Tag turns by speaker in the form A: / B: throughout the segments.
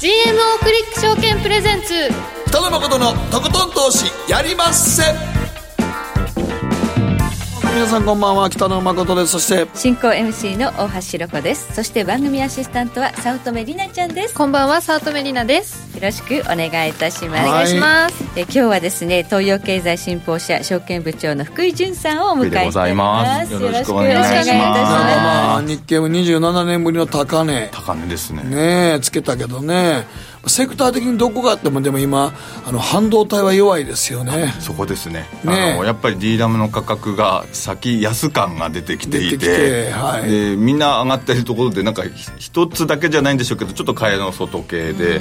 A: GMO クリック証券プレゼンツ
B: 北野誠のとことん投資やりまっせ皆さんこんばんは北野誠ですそして
C: 進行 MC の大橋ロコですそして番組アシスタントは早乙女里奈ちゃんです
A: こんばんは早乙女里奈です
C: よろしくお願いいたします
B: はい
A: お願いします
C: え今日はですね東洋経済新報社証券部長の福井潤さんをお迎えしております
D: 福井でございますよろしくお願いします
C: よろくお願いい
B: なん
C: たし
B: かま
C: ま
B: あ日経も27年ぶりの高値
D: 高値ですね
B: ねえつけたけどねセクター的にどこがあってもでも今あの半導体は弱いですよね
D: そこですね
B: ね
D: あのやっぱり D ラムの価格が先安感が出てきてい
B: 出
D: て
B: てきてはい
D: でみんな上がってるところでなんかひ一つだけじゃないんでしょうけどちょっと替えの外系で、え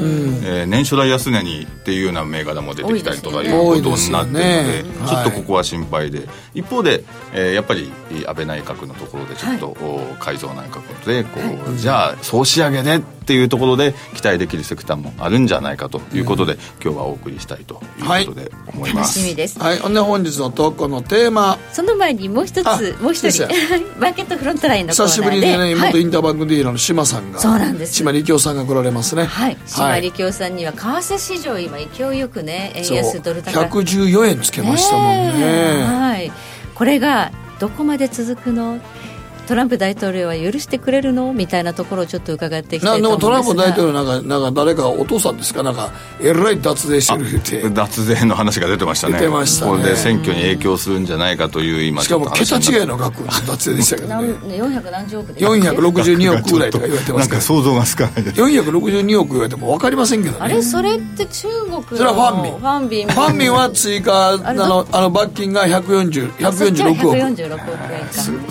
D: ー年初来安値にっていうような銘柄も出てきたりとか
C: 多い
D: い
C: で
D: う
C: す
B: よね
D: ことになってるので
B: 多いですよね
D: ちょっとここは心配で、一方で、えーやっぱりえー安倍内閣のところでちょっと、お改造内閣でこう、じゃあ総仕上げでっていうところで期待できるセクターもあるんじゃないかということで、今日はお送りしたいということで思い
C: 楽
D: ます。
C: しみです
B: はいほんで本日の投稿のテーマ
C: その前にもう一
B: あ
C: つもう一人
B: 先
C: マーケットフロントラインのコーナ
B: 久し
C: ーで
B: ぶりにね
C: は
B: 元イ
C: い
B: ンターバンクディーラーの島さんが
C: そうなんです
B: 島力夫さんが来られますね
C: はい、島利京さんには為替市場今勢いよくね円
B: そう
C: 安ドル高
B: 114円つけましたもん
C: え
B: ね
C: はい、これがどこまで続くのトランプ大統領は許してくれるのみたいなところをちょっと伺っていきた
B: ないで
C: と思う
B: も
C: んです
B: ト
C: が
B: ランプ大統領なんかなんか誰かお父さんですかなんかえらい脱税してるって
D: 脱税の話が出てましたね
B: 出てましたね
D: これで選挙に影響するんじゃないかという今
B: しかも桁違い
D: い
B: の額の脱税でしたけど
C: なん
B: ね
C: 400何十億で
B: 462億ぐらいとか言われてま
D: なん
B: すけど
D: か想像がつかないです
B: 462億言われても分かりませんけど
C: あ
B: ね
C: れそれって中国の
B: それはファンミン
C: ファンビン
B: ファンミンは追加あ
C: れ
B: のあの罰金が140 146億
C: 146億円か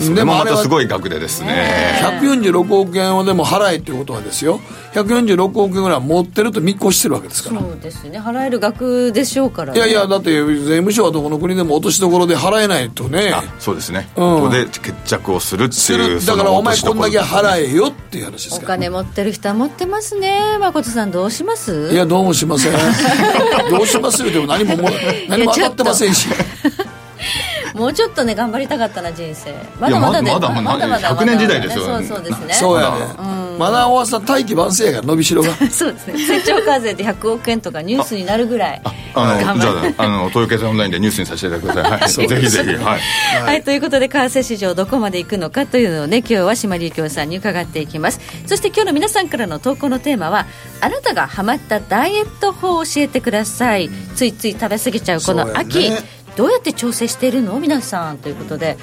D: それもま
B: あれ
D: た
B: は
D: すごい額でですね
B: 146億円をでも払えということはですよ146億円ぐらい持ってると見越してるわけですから
C: そうですね払える額でしょうから、
B: い
C: ね、
B: やいやだって税務署はどこの国でも落としどころで払えないとね
D: あそうですね、
B: うん
D: ここで決着をするって
B: す
D: いう
B: るだからお前こんだけ払えよっていう話で
C: お
B: すから
C: 金持ってる人は持ってますね誠さんどうします
B: いやどうもしません どうしますよでも何ももう何も当たってませんし
C: もうちょっとね頑張りたかったな人生まだまだ
D: い
C: で
D: やまだまだ100年時代ですよ
C: そうそうですね
B: そうやねマナーはさん大器晩成やから伸びしろが
C: そうですね成長課税で100億円とかニュースになるぐらい
D: あ
C: 頑
D: のじ
C: 張る
D: ゃああの東京経済オンラインでニュースにさせていただいてくださ い、はい、ぜひぜひはい
C: はい、ということで為替市場どこまで行くのかというのをね今日は島隆京さんに伺っていきますそして今日の皆さんからの投稿のテーマはあなたがハマったダイエット法を教えてくださいついつい食べ過ぎちゃうこの
B: そう
C: 秋、
B: やね
C: どうやって調整しているの皆さんということで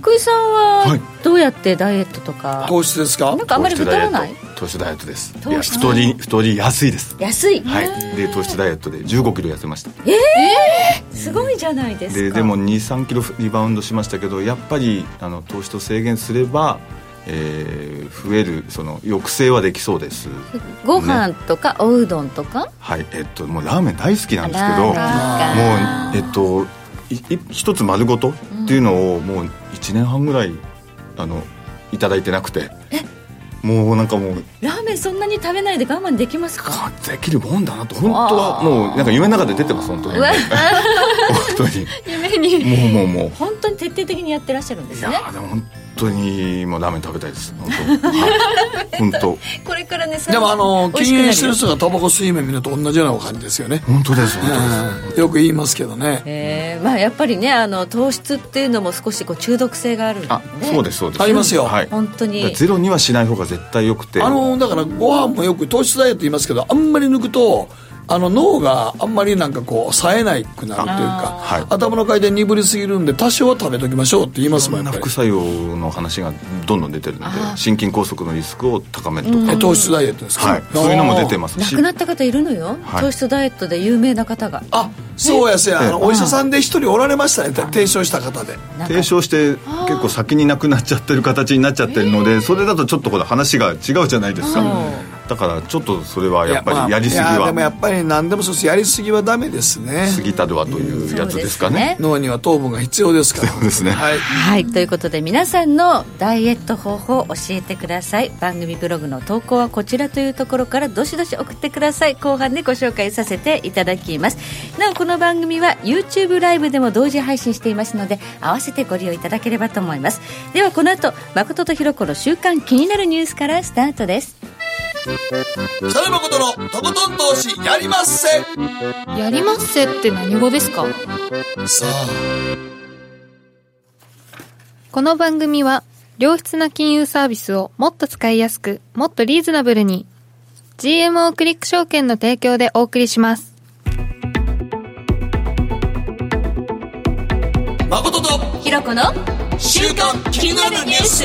C: 福井さん
D: は
C: はいどうやってダイエットとか、
B: 糖質ですか
C: なんかあんまり太らない
D: 糖質ダイエットですい
C: 糖
D: や
C: 質
D: 太り太りやすいです
C: 安い、
D: はいで糖質ダイエットで1 5キロ痩せました
C: すごいじゃないですか
D: ででも2 3キロリバウンドしましたけどやっぱりあの糖質を制限すれば、えー増えるその抑制はできそうです
C: ご飯とかおうどんとか、
D: はいえっともうラーメン大好きなんですけどもう
C: ラーメン
D: えっといい一つ丸ごとっていうのをもう1年半ぐらいあのいただいてなくてもうなんかもう
C: ラーメンそんなに食べないで我慢できますか
D: あできるもんだなと本当はもうなんか夢の中で出てます本当に
C: うわ
D: 本
C: 夢に
D: 当にもうもうもう
C: 本当に徹底的にやってらっしゃるんで
D: い
C: す
D: や
C: ね
D: ーでも本当にもうラーメン食べたいです本当はい本当
C: これからねさ
B: でもあの
C: 美味
B: 禁
C: く
B: 煙
C: なる
B: してる人がタバコ吸い目みんなと同じような感じですよね
D: 本当です本当です
B: うんよく言いますけどね
C: えーまあやっぱりねあの糖質っていうのも少しこう中毒性があるんで
D: あそうですそうです
B: ありますよ
D: はい
C: 本当に
D: だからゼロにはしない方が絶対よくて
B: あのだからご飯もよく糖質ダイエット言いますけどあんまり抜くとあの脳があんまりなんかこう冴えないくなるというか、
D: はい
B: 頭の回転鈍りすぎるんで多少は食べときましょうって言います
D: そ
B: もん
D: ん
B: やっ
D: な
B: ぱり
D: 副作用の話がどんどん出てるので心筋梗塞のリスクを高めるとか、
B: え糖質ダイエットですか、
D: はいそういうのも出てます
C: 亡
D: し
C: くなった方いるのよ、
D: はい
C: 糖質ダイエットで有名な方が
B: あそうやせやあの
D: ええ
B: お医者さんで一人おられましたね提唱した方で
C: なんか
D: 提唱して結構先になくなっちゃってる形になっちゃってるのでそれだとちょっとこれ話が違うじゃないですかだからちょっとそれはやっ
B: いま
D: ぱ
B: あ
D: りやりすぎ
B: いやでもや
D: は
B: っぱり何でもそうですやりすぎはダメですね
D: 過ぎたるはというやつですかね
B: 脳には糖分が必要ですから
D: そうですね
B: はい
C: はいということで皆さんのダイエット方法を教えてください番組ブログの投稿はこちらというところからどしどし送ってください後半でご紹介させていただきますなおこの番組は YouTube ライブでも同時配信していますので合わせてご利用いただければと思いますではこの後誠とひろ子の週刊気になるニュースからスタートです
B: 北野誠のとことん投資やりまっせ
A: やりまっせって何語ですか
B: さあ
A: この番組は良質な金融サービスをもっと使いやすくもっとリーズナブルに GMO クリック証券の提供でお送りします
B: 誠と
C: ひろこの
B: 週刊気になるニュース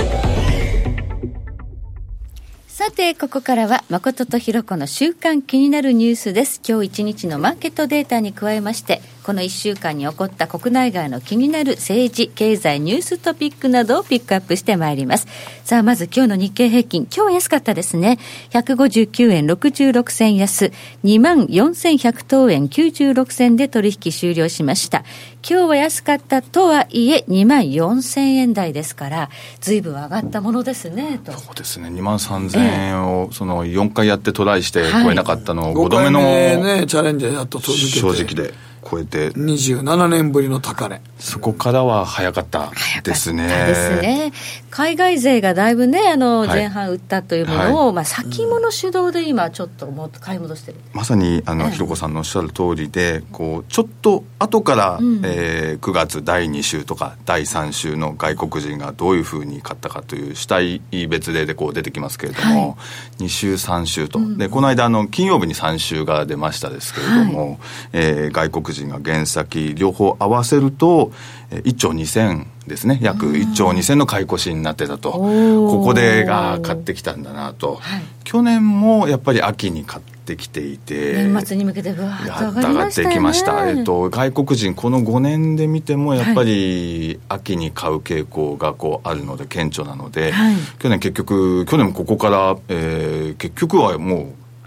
C: さてここからは誠とひろこの週間気になるニュースです今日一日のマーケットデータに加えましてこの1週間に起こった国内外の気になる政治経済ニューストピックなどをピックアップしてまいりますさあまず今日の日経平均今日は安かったですね159円66銭安2万4100等円96銭で取引終了しました今日は安かったとはいえ2万4000円台ですから随分上がったものですねと
D: そうですね2万3000円をその4回やってトライして
C: はい
D: 超えなかったのを
B: 5
D: 5度目
B: 回
D: の
B: 目ねチャレンジャーやっと続けて
D: 正直で超えて
B: 27年ぶりの高値
D: そこからは早かったですね
C: ですね海外勢がだいぶねあの
D: はい
C: 前半売ったというものを、まあ、先物主導で今ちょっともっと買い戻してる
D: まさにあ
C: え
D: の
C: え
D: ひろこさんのおっしゃる通りでこうちょっと後から、えー9月第2週とか第3週の外国人がどういうふうに買ったかという主体別例でこう出てきますけれども、2週3週と、でこの間あの金曜日に3週が出ましたですけれども、えー外国人が原先両方合わせるとえー1兆2000ですね約1兆2000の買い越しになってたと
C: おー
D: ここでが買ってきたんだなと、
C: はい
D: 去年もやっぱり秋に買ってきていて
C: 年末に向けてぶわーっと上がり
D: 上が
C: ま
D: っ
C: した
D: て
C: よね
D: きました、えっと、外国人この5年で見てもやっぱり秋に買う傾向がこうあるので顕著なので、
C: はい
D: 去年結局去年もここから、えー結局はもう、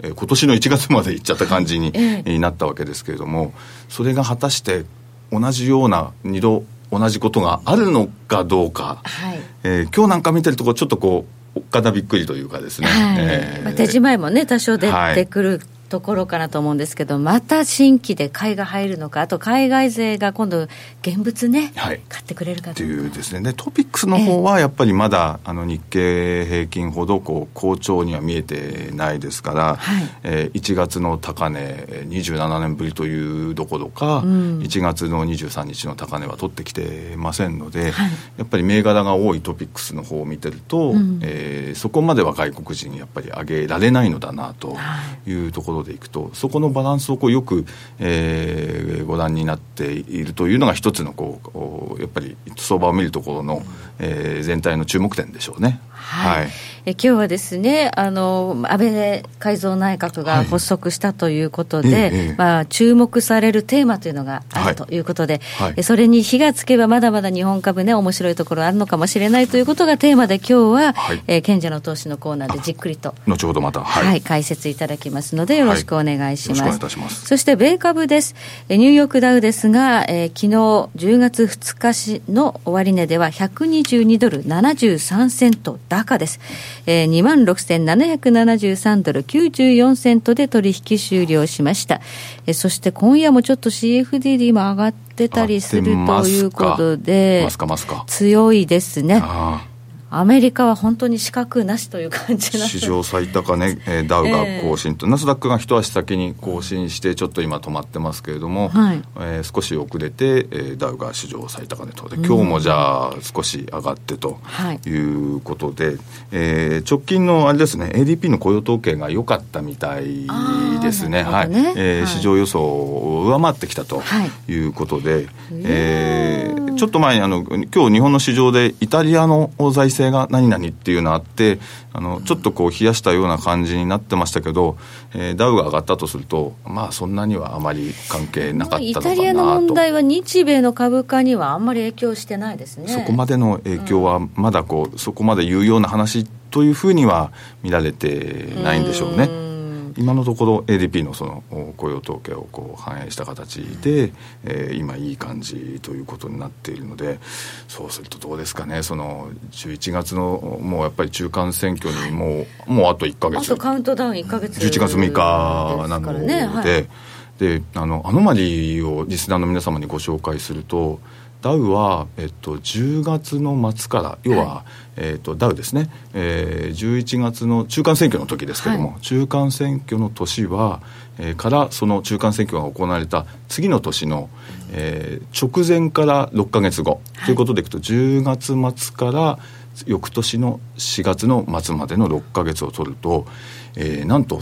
D: えー今年の1月まで行っちゃった感じに、
C: ええ
D: になったわけですけれどもそれが果たして同じような2度同じことがあるのかどうか、
C: はい
D: えー今日なんか見てるとこちょっとこうおっかなびっくりというかですね、
C: はい
D: えー
C: まあ、手仕舞いもね多少出てくるところかなと思うんですけど、また新規で買いが入るのかあと海外勢が今度現物ね、
D: はい
C: 買ってくれるか
D: って
C: と
D: いうですねでトピックスの方はやっぱりまだあの日経平均ほどこう好調には見えてないですから、
C: はい
D: えー1月の高値えー27年ぶりというどころか、
C: うん
D: 1月の23日の高値は取ってきてませんので、
C: はい
D: やっぱり銘柄が多いトピックスの方を見てる
C: う
D: と、
C: ん
D: えーそこまでは外国人にやっぱり上げられないのだなと
C: は
D: いうところでいくとそこのバランスをこうよく、えーご覧になっているというのが一つのこうこうやっぱり相場を見るところの、えー全体の注目点でしょうね。
C: はいえ今日はですねあの安倍改造内閣が発足したということで、
D: ええええ
C: まあ、注目されるテーマというのがあ
D: は
C: る
D: い
C: ということで、
D: はい
C: えそれに火がつけばまだまだ日本株ね面白いところあるのかもしれないということがテーマで今日は、
D: はい
C: えー賢者の投資のコーナーでじっくりと。
D: 後ほどまた、
C: は、
D: はいい
C: 解説いただきますのでよろしくお願いします。
D: はいよろしくお願いいたします
C: そして米株です。えニューヨークダウですが、えー昨日10月2日しの終値では122ドル73セント高です。えー、26,773ドル94セントで取引終了しました。えーそして今夜もちょっと CFD で今上がってたりするということで
D: マス、カマスカマス
C: 強いですね
D: カ。あー
C: アメリカは本当に資格なしという感じなんで
D: 史上最高値、えーダウ
C: ええ
D: が更新と、ナスダックが一足先に更新して、ちょっと今止まってますけれども、
C: はい
D: えー少し遅れて、えーダウが史上最高値とで、今日もじゃあ、少し上がってと
C: はい
D: いうことで、えー直近のあれですね、ADP の雇用統計が良かったみたいですね、
C: あーなるほどね
D: はい
C: は
D: えー
C: い
D: 市場予想を上回ってきたと
C: はい
D: いうことで、えーちょっと前にあの今日日本の市場でイタリアの財政が何々っていうのあってあのちょっとこう冷やしたような感じになってましたけど、えーダウが上がったとするとまあそんなにはあまり関係なかったの
C: イ
D: かなと
C: タリアの問題は日米の株価にはあんまり影響してないですね。
D: そこまでの影響はまだこうそこまで言うような話というふうには見られてないんでしょうね。
C: うん
D: 今のところ ADP のそのお雇用統計をこう反映した形で、えー今いい感じということになっているのでそうするとどうですかねその11月のもうやっぱり中間選挙にもうもうあと1ヶ
C: あ
D: 月
C: とカウントダウン1か月
D: 11月6日な
C: で
D: ので
C: すからねはい
D: であのアノマリーをリスナーの皆様にご紹介するとダウは、えっと、10月の末から要は、えっと、ダウですね、えー、11月の中間選挙の時ですけども、中間選挙の年は、えーからその中間選挙が行われた次の年の、えー直前から6か月後、ということでいくと10月末から翌年の4月の末までの6か月を取ると、えーなんと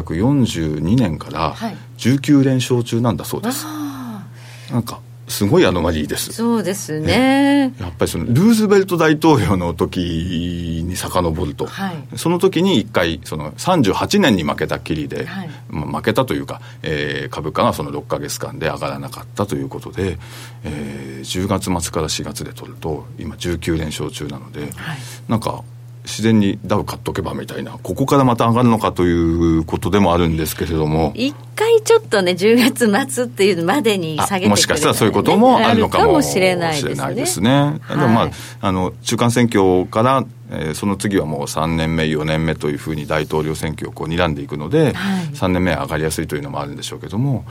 D: 1942年から
C: はい
D: 19連勝中なんだそうです。なんかすごいアノマリーです。
C: そうですね。
D: やっぱりそのルーズベルト大統領の時に遡ると、
C: はい
D: その時に1回その38年に負けたきりで、
C: はい
D: まあ負けたというか、えー株価がその6か月間で上がらなかったということで、えー10月末から4月で取ると今19連勝中なので、
C: はい
D: なんか自然にダウ買っとけばみたいなここからまた上がるのかということでもあるんですけれども。
C: 一回ちょっとね、10月末っていうまでに
D: あ
C: 下げてくれたらね、
D: もしかしたらそういうこともあるのか
C: あ
D: も
C: しれないです
D: しれな
C: ね。
D: いですねでもま
C: は
D: あ
C: い
D: あの中間選挙から、えーその次はもう3年目4年目というふうに大統領選挙をこう睨んでいくので、
C: はい
D: 3年目は上がりやすいというのもあるんでしょうけども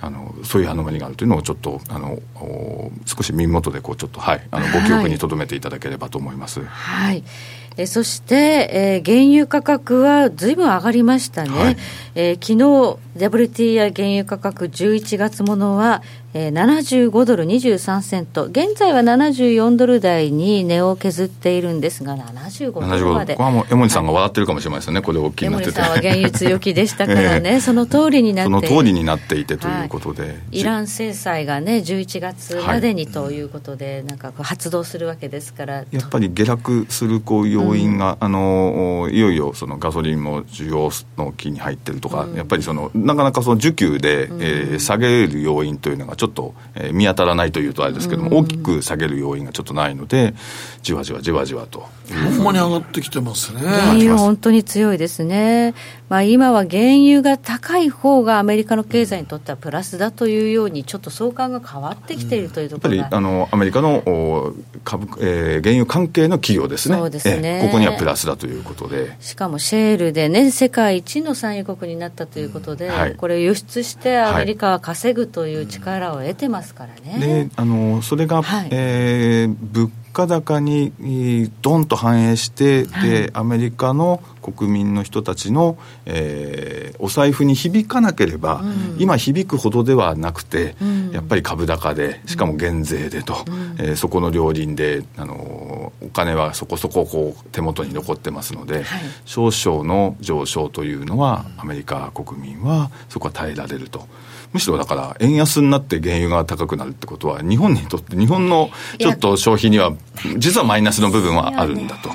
D: あのそういうアノマリがあるというのをちょっとあのお少し耳元でこうちょっとはいあのご記憶に留めていただければと思います。
C: はい。えーそして、えー原油価格はずいぶん上がりましたね、
D: はい
C: えー昨日 WTI 原油価格11月ものは、えー75ドル23セント現在は74ドル台に値を削っているんですが75ドルま
D: 75
C: で
D: 度これはもう江森さんが笑ってるかもしれませんね、これ大きい
C: 江
D: になって
C: 森
D: て
C: さんは原油強気でしたからね、
D: ええ
C: その通りになって
D: その
C: いる
D: 通りになっていてということで、
C: イラン制裁がね11月までにということで、なんかこう発動するわけですから
D: やっぱり下落するこう要因が、あのいよいよそのガソリンも需要の期に入ってるとか、やっぱりそのなかなかその需給で、えー下げる要因というのがちょっと、えー見当たらないというとあれですけども、大きく下げる要因がちょっとないのでじわじわじわじわと
B: ほんまに上がってきてますね
C: 原油は本当に強いですね、まあ、今は原油が高い方がアメリカの経済にとってはプラスだというように、ちょっと相関が変わってきているというと
D: や
C: こ
D: っぱ
C: ろ
D: り
C: が、
D: あのアメリカのお株、えー原油関係の企業ですね
C: そうですね
D: ええここにはプラスだということで。
C: しかもシェールでね、世界一の産油国になったということで、
D: はい
C: これ、輸出して
D: はい
C: アメリカは稼ぐという力を得てますからね
D: で。あのそれが、
C: はい
D: えー物価高にえードンと反映して、でアメリカの国民の人たちの、えーお財布に響かなければ、今響くほどではなくて、やっぱり株高でしかも減税でと、えーそこの両輪であのお金はそこそここう手元に残ってますの
C: は
D: で、
C: い
D: 少々の上昇というのはアメリカ国民はそこは耐えられるとむしろだから円安になって原油が高くなるってことは日本にとって日本のちょっと消費には実はマイナスの部分はあるんだと。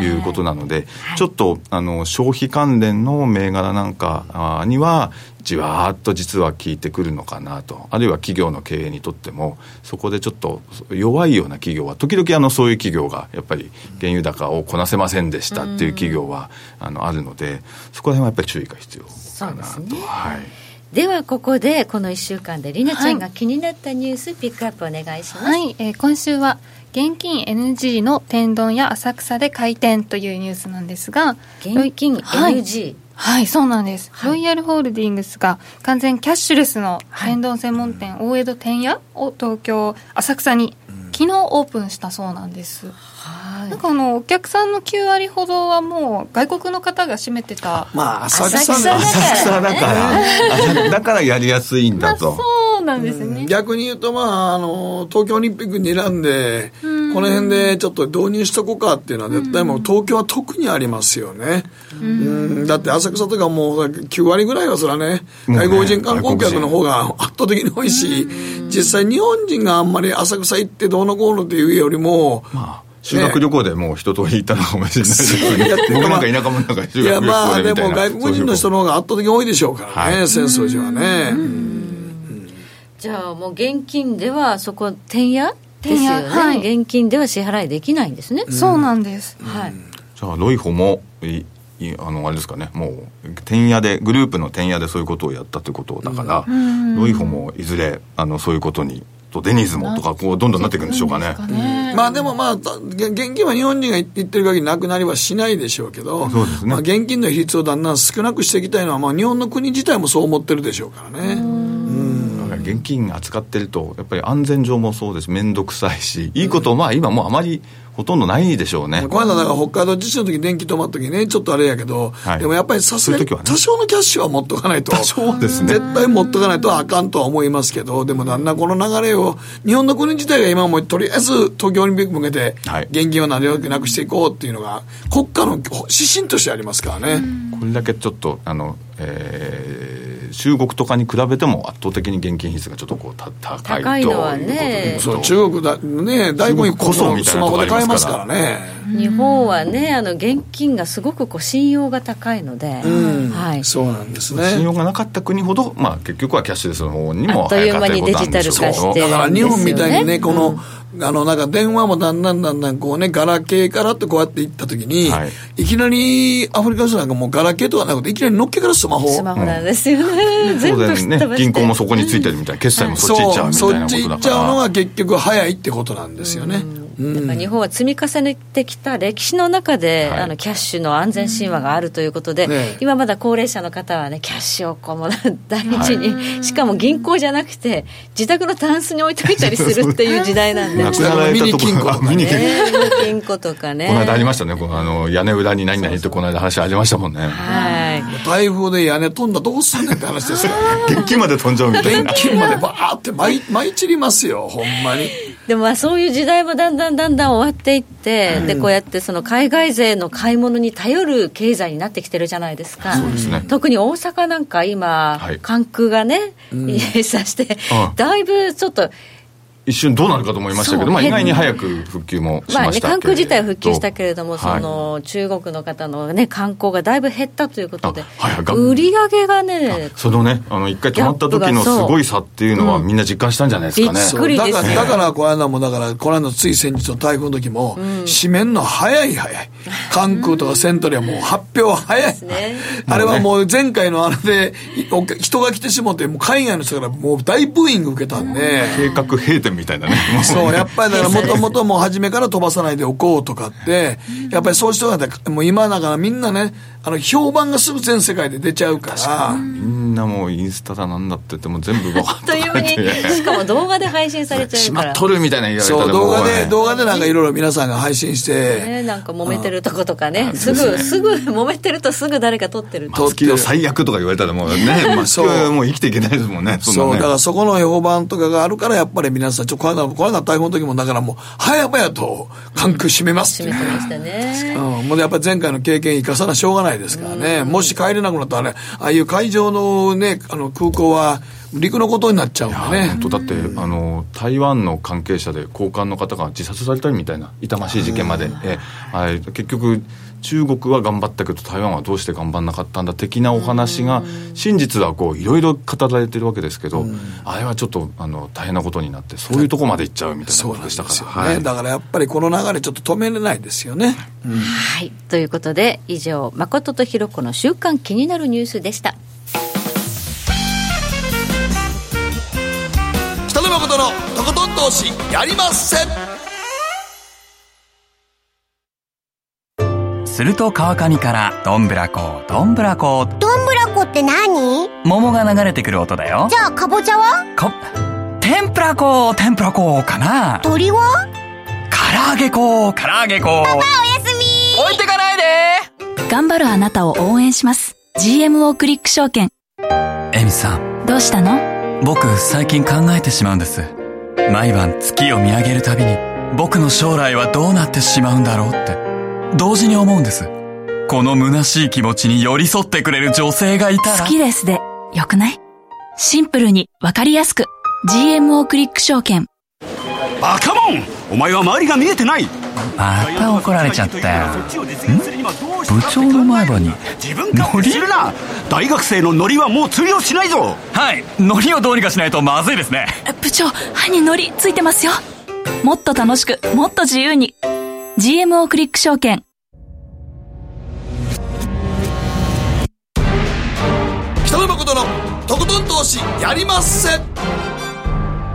D: いうことなので、ちょっとあの消費関連の銘柄なんかあーにはじわーっと実は効いてくるのかなとあるいは企業の経営にとってもそこでちょっと弱いような企業は時々あのそういう企業がやっぱり原油高をこなせませんでしたっていう企業はあのあるのでそこら辺はやっぱり注意が必要かな
C: そう
D: と、
C: ですね
D: はい、
C: では、ここでこの1週間で、りなちゃん
A: は
C: が気になったニュース、ピックアップお願いします。
A: はい、えー今週は現金 NG の天丼や浅草で開店というニュースなんですが
C: 現金
A: はい
C: NG、
A: はい、そうなんです。
C: はい
A: ロイヤルホールディングスが完全キャッシュレスの天丼専門店、大江戸天屋を東京浅草に昨日オープンしたそうなんです。
C: はい
A: なんかあのお客さんの9割ほどはもう外国の方が占めてた。
B: まあ浅草ね
C: 浅草
D: 浅草だからだからやりやすいんだと。
A: そうなんですね。
B: 逆に言うと、まあ、あの東京オリンピックに睨んで、この辺でちょっと導入しとこうかっていうのは絶対もう東京は特にありますよね、うんだって浅草とかもう9割ぐらいはそれはね
D: もうね
B: 外国人観光客の方が圧倒的に多いし、実際日本人があんまり浅草行ってどうのこうのっていうよりも、
D: まあ修学旅行でもう一通り行ったのかもしれないですけど、僕なんか田舎もんなんか
B: い
D: 修
B: や
D: 学旅
B: ま
D: 行
B: あ
D: で
B: で
D: みたい
B: も
D: な。
B: 外国人の人の方が圧倒的に多いでしょうからね、
D: はい
B: 浅草寺はね。
C: じゃあもう現金ではそこ転屋で
A: 転
C: す
A: 屋
C: よね、
A: はい
C: 現金では支払いできないんですね、
A: そうなんです。
C: はい
D: じゃあロイホもいいあのあれですかねもう転屋でグループの転屋でそういうことをやったということだから、ロイホもいずれあのそういうことにとデニーズもとかこうどんどんなっていくんでしょうかね。
B: まあでもまあ、た現現金は日本人が言ってる限りなくなりはしないでしょうけど、
D: そうですね
B: まあ、現金の比率をだんだん少なくしていきたいのは、まあ、日本の国自体もそう思ってるでしょうからね。
D: 現現金扱ってるとやっぱり安全上もそうです面倒くさいしいいことまあ今もうあまりほとんどないでしょうね、
B: この間だから北海道地震の時電気止まった時ねちょっとあれやけど、
D: はい
B: でもやっぱりさすがに
D: そういう時はね
B: 多少のキャッシュは持っとかないと
D: 多少ですね
B: 絶対持っとかないとあかんとは思いますけどでもなんなこの流れを日本の国自体が今もうとりあえず東京オリンピック向けて
D: はい
B: 現金をなるべくなくしていこうっていうのが国家の指針としてありますからね、
D: これだけちょっとあの、えー中国とかに比べても圧倒的に現金比率がちょっとこうた高い
C: 高いのはね
D: ということで
B: そう中国だね大根一個
D: 中国こそ
B: も
D: みた
B: ス
D: いな
B: マ
D: と
B: ホ
D: こ
B: で
D: あり
B: 買えま
D: ますす
B: か
D: からら
B: ね
C: 日本はねあの現金がすごくこう信用が高いので、
B: うん、
C: はい、
B: そうなんです
D: 信
B: ね
D: 用がなかった国ほど、まあ、結局はキャッシュレスの方にも
C: あっという間にデジタル化
D: 早かったことなんでょ
C: し
D: う
C: て
B: だから日本みたいにね、
C: うん
B: この、あの、なんか電話もだんだんだんだんこうね、ガラケーからってこうやって行った時に、、
D: はい
B: きなりアフリカの人なんかもうガラケーとかなくて、いきなりのっけからスマホを。
C: スマホなんですよね、全
D: 当
C: 部吹
D: 然
C: っ飛
D: ね
C: ばして
D: 銀行もそこについてるみたいな決済もそっち行っちゃうみた
B: そ
D: いな
B: っ
D: こ
B: ち
D: と
B: 行
D: だ
B: っ
D: か
B: ちゃうの
D: ら
B: が結局早いってことなんですよね。うん
C: やっぱ日本は積み重ねてきた歴史の中で、
D: はい
C: あのキャッシュの安全神話があるということで、
B: ねえ
C: 今まだ高齢者の方はね、キャッシュをこうもう大事に、しかも銀行じゃなくて、自宅のタンスに置いといたりするっていう時代なんで、
D: な
C: ね
D: くなられたと
B: ミ
D: こ
B: ニ金庫とかね
D: ミニ金庫
C: 銀行とかね。
D: この間ありましたねこのあの屋根裏に何々ってこの間話ありましたもんね
C: はい
B: 台風で屋根飛んだらどうすんねんって話です からね。
D: 現金まで飛んじゃうみたい
B: 現
D: な
B: 金までバーって舞い舞い散りますよ、ほんまに。
C: でもまあそういう時代もだんだんだんだん終わっていって、でこうやってその海外勢の買い物に頼る経済になってきてるじゃないですか、
D: そうですね
C: 特に大阪なんか今、
D: はい
C: 関空がね、閉鎖して、
D: うん
C: だいぶちょっと、
D: 一瞬どうなるかと思いましたけ
C: そ
D: ど、
C: う
D: まあ、意外に早く復旧もし
C: まあ
D: ま
C: ね、
D: したけれど、
C: 関空自体は復旧したけれども、
D: はい
C: その中国の方の、ね、観光がだいぶ減ったということで、
D: あはいはいが
C: 売り上げがね、
D: そのねあの一回止まった時のすごい差っていうのはみんな実感したんじゃないですかね、
C: びっくりです
B: だから、だから、この間も、だから、この間のつい先日の台風の時も、閉めんの早い早い。関空とかセントリーはもう発表は早い。
C: ね
B: あれはもう前回のあれで、いお人が来てしもって、もう海外の人からもう大ブーイング受けたんで、
D: 計画閉店みたいなねもう
B: そう、やっぱりだから、もともともう初めから飛ばさないでおこうとかって、やっぱりそうしておかないともう今だからみんなね、あの、評判がすぐ全世界で出ちゃうから、
D: みんなもうインスタだなんだって言ってもう全部バー
C: あ
D: ッ
C: っという間に、しかも動画で配信されちゃ
D: し
C: うか
D: ま
C: ら
D: っ。とるみたいな言われたら
B: そう、動画で、
D: もう
B: 動画でなんかいろいろ皆さんが配信して、
C: ね、なんか揉めてるとことかね、すぐ、すぐ、揉めてるとすぐ誰か撮ってると。
D: 松木の最悪とか言われたらもう ね松木はもう生きていけないですもんねそんな
B: そう、
D: ね
B: だからそこの評判とかがあるから、やっぱり皆さん、ちょ、この間、この間台本の時も、だからもう、早々と、関空閉めます
C: 締
B: っ
C: め
B: て
C: て。ましたね。
B: うん、もうやっぱり前回の経験生かさなしょうがないですからね、もし帰れなくなったらね、ああいう海上のね、あの空港は陸のことになっちゃうんでね。
D: 本当だって、あの台湾の関係者で高官の方が自殺されたりみたいな痛ましい事件まで、ええはい結局中国は頑張ったけど台湾はどうして頑張んなかったんだ的なお話が真実はこういろいろ語られてるわけですけど、あれはちょっとあの大変なことになってそういうとこまで行っちゃうみたいな
B: そうな
D: こ
B: ん
D: と
B: で
D: でしたから
B: すよね、だからやっぱりこの流れちょっと止めれないですよね。
C: はい。ということで、以上、誠とひろこの週刊気になるニュースでした。
B: 北野誠のとことん投資やりません
E: すると川上からどんぶらこどんぶらこ
F: どんぶらこって何
E: 桃が流れてくる音だよ
F: じゃあかぼちゃは
E: こ天ぷらこ天ぷらこかな唐
F: 鳥は
E: 揚げこ唐揚げこパパおやすみ置いてかないで
G: 頑張るあなたを応援します。GMO クリック証券。
E: エミさん
G: どうしたの
E: 僕最近考えてしまうんです毎晩月を見上げるたびに僕の将来はどうなってしまうんだろうって同時に思うんですこの虚しい気持ちに寄り添ってくれる女性がいたら
G: 好きですで、よくないシンプルに、わかりやすく。GMO クリック証券。
H: バカモンお前は周りが見えてない
E: また怒られちゃったよ部
H: 部
E: 長の前歯に
H: 自分勝手にするな大学生のノリはもう通用しないぞ
E: はい海苔をどうにかしないとまずいですね
G: え部長、歯に糊りついてますよ。もっと楽しく、もっと自由に。GMO クリック証券。
B: 北野誠のとことん投資やりません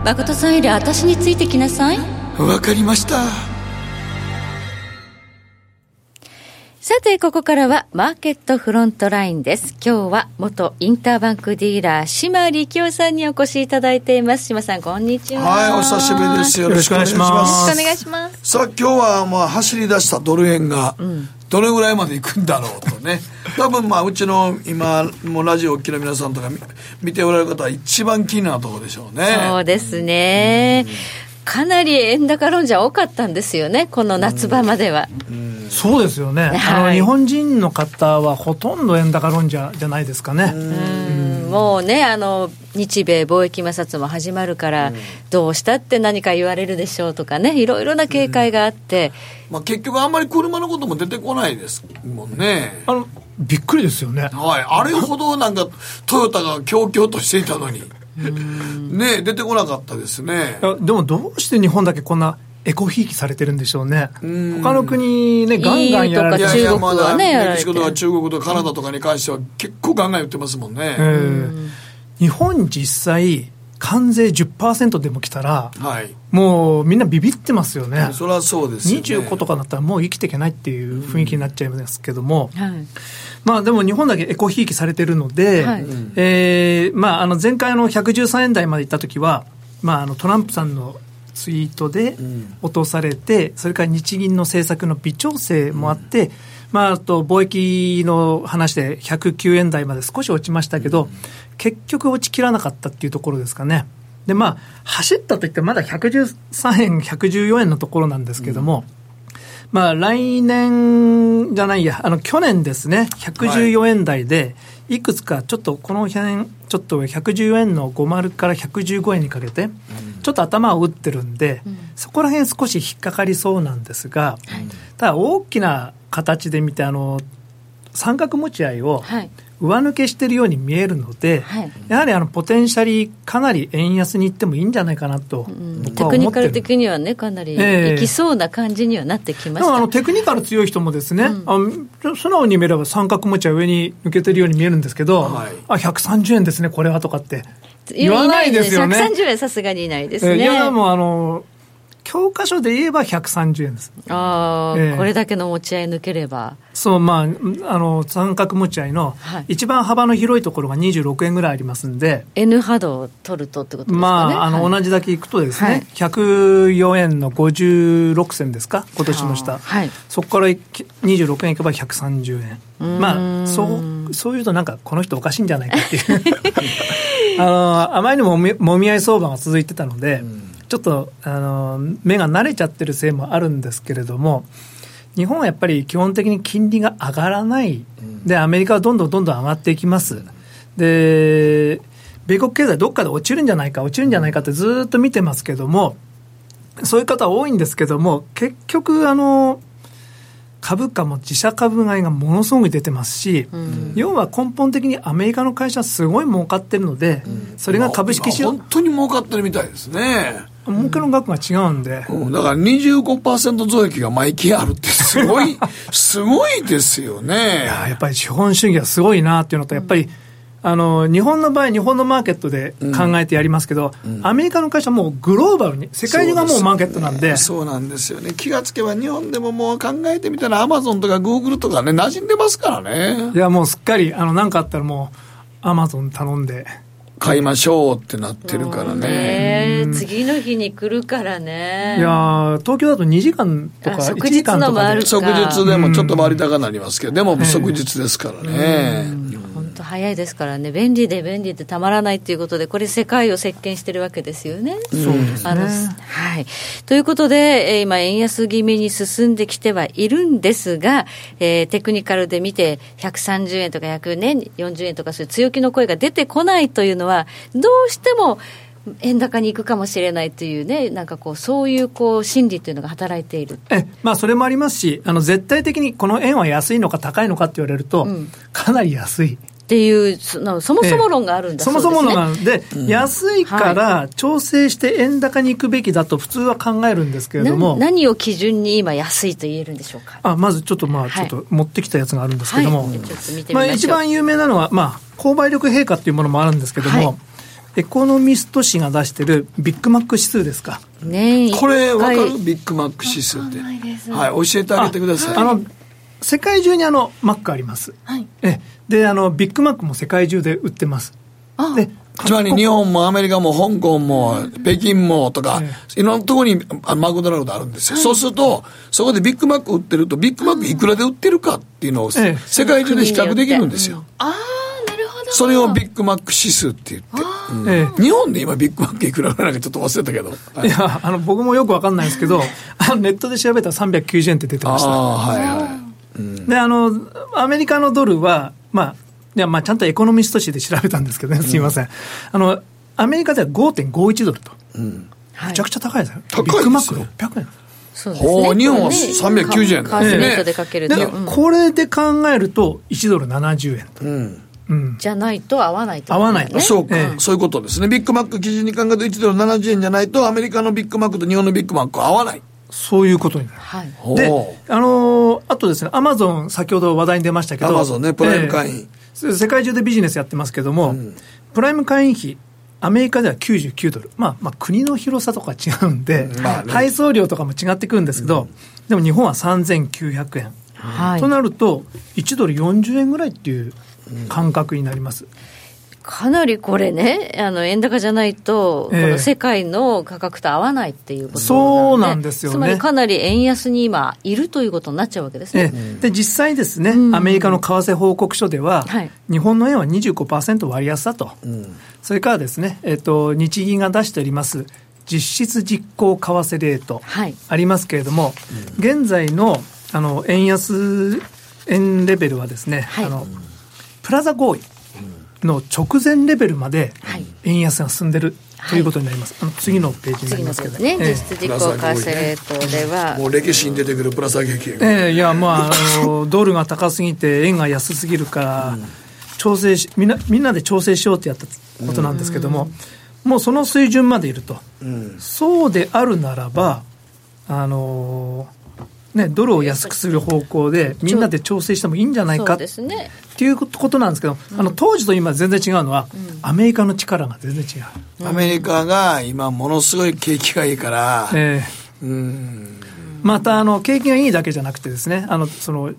C: 誠さんより私についてきなさい。
B: わかりました。
C: さて、ここからはマーケットフロントラインです。今日は元インターバンクディーラー、島力夫さんにお越しいただいています。島さん、こんにちは。
B: はい、お久しぶりです。よろしくお願いし
A: よろ
B: ま
A: し
B: す。
A: くお願いします。
B: さあ、今日はまあ走り出したドル円が、どれぐらいまで行くんだろうと ね。多分まあ、うちの今、もうラジオをお聞きの皆さんとか見見ておられる方は一番気になるところでしょうね。
C: そうですね。かなり円高論者多かったんですよね、この夏場までは。
I: そうですよね、
C: はい
I: あの日本人の方はほとんど円高論者じゃないですかね、
C: うんもうね、あの、日米貿易摩擦も始まるから、どうしたって何か言われるでしょうとかね、いろいろな警戒があって、
B: まあ、結局あんまり車のことも出てこないですもんね。
I: あのびっくりですよね、
B: はい、あれほどなんかトヨタが強々としていたのに、ねえ出てこなかったですね
I: い。やでもどうして日本だけこんなエコひいきされてるんでしょうね、他の国ね、ガンガンやられ
C: い
I: て
C: やい
I: る
C: や中国は
B: ま
C: ねやら
B: だメ
C: れ
B: キ
C: て
B: シコとか中国とかカナダとかに関しては結構ガンガン言ってますもんね。
I: うん日本実際、関税10%でも来たら、
B: はい。
I: もうみんなビビってますよね。
B: そりゃそうですよね。
I: 25とかだったらもう生きていけないっていう雰囲気になっちゃいますけども、
C: はい
I: まあでも日本だけエコひいきされてるので、
C: はい
I: えーまああの前回の113円台まで行った時は、まああのトランプさんのツイートで落とされて、それから日銀の政策の微調整もあって、まああと貿易の話で109円台まで少し落ちましたけど、結局落ちきらなかったっていうところですかね。でまあ走ったといってまだ113円、114円のところなんですけども、まあ、来年じゃないや、あの、去年ですね、114円台で、いくつか、ちょっとこの辺、ちょっと114円の50から115円にかけて、ちょっと頭を打ってるんで、そこら辺少し引っかかりそうなんですが、ただ大きな形で見て、あの、三角持ち合いを
C: はい
I: 上抜けしてるように見えるので、
C: はい
I: やはりあの、ポテンシャリーかなり円安に行ってもいいんじゃないかなと、僕
C: テ
I: は
C: クニ
I: 思って
C: カ
I: る
C: ル
I: んです
C: 的にはね、かなり
I: ええ
C: いきそうな感じにはなってきま
I: で
C: し
I: もあ
C: た
I: のテクニカル強い人もですね、あの素直に見れば三角持ちは上に抜けてるように見えるんですけど、
B: はい
I: あ130円ですね、これはとかって言わ
C: い
I: ないですよね。
C: 130円さすがにいないです
I: えーい
C: ね。
I: や、もうあの、教科書で言えば130円です。
C: ああ、
I: ええ
C: これだけの持ち合い抜ければ。
I: そう、まあ、うんあの、三角持ち合いの
C: はい
I: 一番幅の広いところが26円ぐらいありますんで、
C: N 波動を取るとってことですかね。
I: まあ、あの、
C: はい
I: 同じだけいくとですね、
C: はい
I: 104円の56銭ですか、今年の
C: あー
I: 下。
C: はい
I: そこからいき26円いけば130円。まあ、そう、そういうとなんか、この人おかしいんじゃないかっていう。あ の、あまりにももみもみ合い相場が続いてたので、ちょっと、あの、目が慣れちゃってるせいもあるんですけれども、日本はやっぱり基本的に金利が上がらない。で、アメリカはどんどんどんどん上がっていきます。で、米国経済どっかで落ちるんじゃないか、落ちるんじゃないかってずーっと見てますけども、そういう方多いんですけども、結局、あの、株価も自社株買いがものすごく出てますし、要は根本的にアメリカの会社はすごい儲かってるので、それが株式市
B: まあ
I: 場、
B: 本当に儲かってるみたいですね。
I: 儲けの額が違うんで、
B: うんだから25%増益が毎期あるってすごい、 すごいですよね。
I: やっぱり資本主義はすごいなっていうのと、やっぱり、あの日本の場合、日本のマーケットで考えてやりますけど、アメリカの会社はもうグローバルに、世界中がもうマーケットなんで、
B: そうなんですよね。気がつけば日本でももう考えてみたらアマゾンとかグーグルとかね、馴染んでますから
I: い
B: ね。
I: やもうすっかり、あのなんかあったらもう、アマゾン頼んで、
B: 買いましょうってなってるからね。
C: ねえ次の日に来るからね。
I: いやー東京だと2時間とか
C: あ
I: 1時
C: 即日
I: 間
C: の
I: と
C: もあ
I: か
C: る
I: で、
B: 即日でもちょっと回り高になりますけど、でも即日ですからね。
C: 本当早いですからね、便利で便利でたまらないということで、これ、世界を席巻してるわけですよね。そうですね。はい、ということで、えー今、円安気味に進んできてはいるんですが、えーテクニカルで見て、130円とか140ね40円とか、そういう強気の声が出てこないというのは、どうしても円高に行くかもしれないというね、なんかこう、そういうこう心理というのが働いている。
I: えまあ、それもありますし、あの絶対的にこの円は安いのか高いのかって言われると、かなり安い。
C: っていうそのそもそも論があるんだ
I: そ
C: そうで
I: も
C: すね、
I: そものなんで、安いから調整して円高に行くべきだと普通は考えるんですけれども
C: な、何を基準に今安いと言えるんでしょうか
I: あまずちょっとま
C: は
I: あ、
C: い
I: ちょっと持ってきたやつがあるんですけど
C: は
I: も、
C: いちょっと見てみ
I: ま
C: ましょう
I: あ、一番有名なのは、まあ、購買力陛下っていうものもあるんですけども、
C: はい
I: エコノミスト誌が出してるビッグマック指数ですか。
C: ねえ
B: これわかる、
C: はい
B: ビッグマック指数って。はい、教えてあげてください。
I: あの世界中にあのマックあります、
C: はい
I: えであのビッグマックも世界中で売ってますで
B: つまり日本もアメリカも香港も北京もとか
I: え、
B: いろんなところにあマクドナルドあるんですよ。そうすると、そこでビッグマック売ってると、ビッグマックいくらで売ってるかっていうのを
I: ええ
B: 世界中で比較できるんですよ。
C: ああなるほど
B: それをビッグマック指数って言って。うん
I: ええ
B: 日本で今ビッグマックいくらぐらいなんかちょっと忘れたけど。
I: いやあの僕もよくわかんないんで すけどあのネットで調べたら390円って出て
B: あ
I: ました
B: あ、はいはい。
I: であのアメリカのドルは、まあいやまあ、ちゃんとエコノミスト誌で調べたんですけどね、すみません、あのアメリカでは5.51ドルと、めちゃくちゃ高いですよ、
B: 高いです
I: ビ
B: よ
I: ッグマック600円。
C: そうですね
B: ほう、日本は
C: ね
B: 390円
C: カ
B: だ
C: ーセ
B: よ
C: レート
B: ね。
C: でかける
I: で
C: と、うん
I: これで考えると、1ドル70円と、
B: うん。
I: うん、
C: じゃないと合わないってこと
I: 合わない
C: ね
B: そうか、
I: ええ
B: そういうことですね。ビッグマック基準に考えると1ドル70円じゃないと、アメリカのビッグマックと日本のビッグマックは合わない。
I: そういうことになる。
C: はい
I: で
B: ほう、
I: あのーあとですね、アマゾン、先ほど話題に出ましたけど、
B: Amazon ねプライム会員
I: ええ世界中でビジネスやってますけども、プライム会員費、アメリカでは99ドル、まあまあ、国の広さとか違うんで、
B: まあね
I: 配送料とかも違ってくるんですけど、でも日本は3900円、
C: はい
I: となると、1ドル40円ぐらいっていう感覚になります。
C: かなりこれね、あの円高じゃないと、
I: ええ
C: この世界の価格と合わないっていうこと
I: そうなんですよね
C: つまりかなり円安に今、いるということになっちゃうわけです
I: え
C: ね。
I: えで実際ですね、アメリカの為替報告書では、
C: はい
I: 日本の円は25%割安だと、それからですね、えっと日銀が出しております実質実行為替レート
C: はい
I: ありますけれども、現在のあの円安円レベルはですね、
C: はい
I: あのプラザ合意の直前レベルまで
C: はい
I: 円安が進んでるということになります、あの次のページ
C: 次
I: になり
C: の
I: ますけ
C: です
I: ど
C: ね、
I: ええ
C: 実質実行為替レートでは、
B: もう歴史に出てくるプラス上げ系が。
I: ええいやまああの ドルが高すぎて円が安すぎるから、調整しみんなみんなで調整しようってやったことなんですけども、もうその水準までいると、そうであるならばあのね、ドルを安くする方向でみんなで調整してもいいんじゃない
C: そ
I: か
C: う
I: っ
C: ですね、
I: ていうことなんですけど、あの当時と今全然違うのは、アメリカの力が全然違う、
B: アメリカが今ものすごい景気がいいから、
I: ええ
B: うん
I: またあの景気がいいだけじゃなくてですねあのその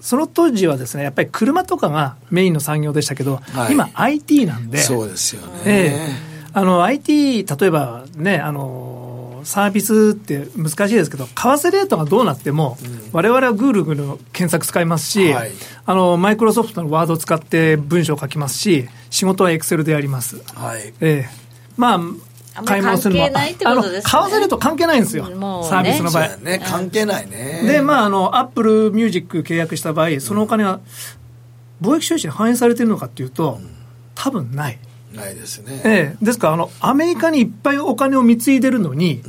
I: その当時はですねやっぱり車とかがメインの産業でしたけど、
B: はい
I: 今 IT なんで
B: そうですよね。
I: ええあの IT 例えばねあのサービスって難しいですけど為替レートがどうなっても、我々は Google の検索使いますし、
B: はい
I: あのマイクロソフトのワードを使って文章を書きますし仕事は Excel でやります、
B: はい。
I: ええまあ
C: あんま
I: 買
C: り
I: い物するのは
C: 関係ないってことですね
I: あの為替レート関係ないんですよ、
C: もうね
I: サービスの
B: そ
I: 場
B: う
I: 合
B: やね、関係ないね。
I: で、まあ、あの、アップルミュージック契約した場合、そのお金が貿易収支に反映されてるのかっていうと、多分ない。
B: ないですね。
I: ええ、ですから、あの、アメリカにいっぱいお金を貢いでるのに、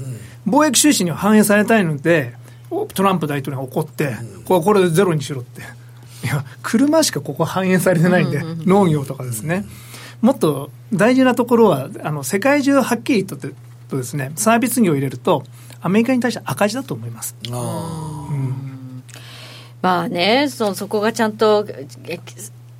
I: 貿易収支には反映されたいので、おトランプ大統領が怒って、これこれでゼロにしろって。いや、車しかここ反映されてないんで、農業とかですね。もっと大事なところは、あの、世界中はっきりとってとですね、サービス業を入れると、アメリカに対して赤字だと思います。
B: あ
C: まあねそ、そこがちゃんとえ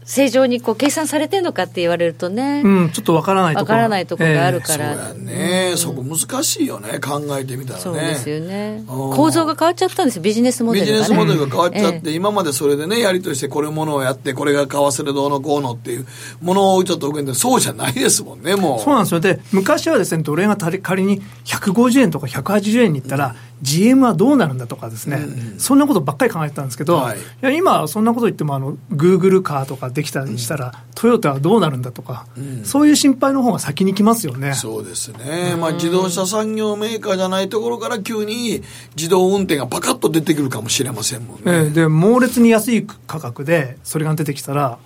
C: 正常にこう計算されてるのかって言われるとね、
I: うん、ちょっとわからないとこ
C: わ
I: ろ。
C: からないところがある
I: ええ
B: あ
C: か
B: そう
C: ら、
B: やね、そこ難しいよね、考えてみたらね。
C: そうですよね、
B: うん
C: 構造が変わっちゃったんですよ、ビジネスモデ
B: ビジ
C: ルが、ね、
B: ネスモデルが変わっちゃって、
C: え
B: 今までそれでね、やりとりして、これものをやって、これが為替でどうのこうのっていうものをちょっと受けて、そうじゃないですもんね、もう。
I: そうなんですよ。で、昔はですね、奴隷が足り仮に150円とか180円に行ったら、GM はどうなるんだとかですね、そんなことばっかり考えてたんですけど、
B: はい
I: い、や今はそんなこと言っても、あの、Google カーとかできたりしたら、トヨタはどうなるんだとか、そういう心配の方が先に来ますよね。
B: そうですね、まあ、自動車産業メーカーじゃないところから急に自動運転がパカッと出てくるかもしれませんもんね。
I: ええで、猛烈に安い価格で、それが出てきたら、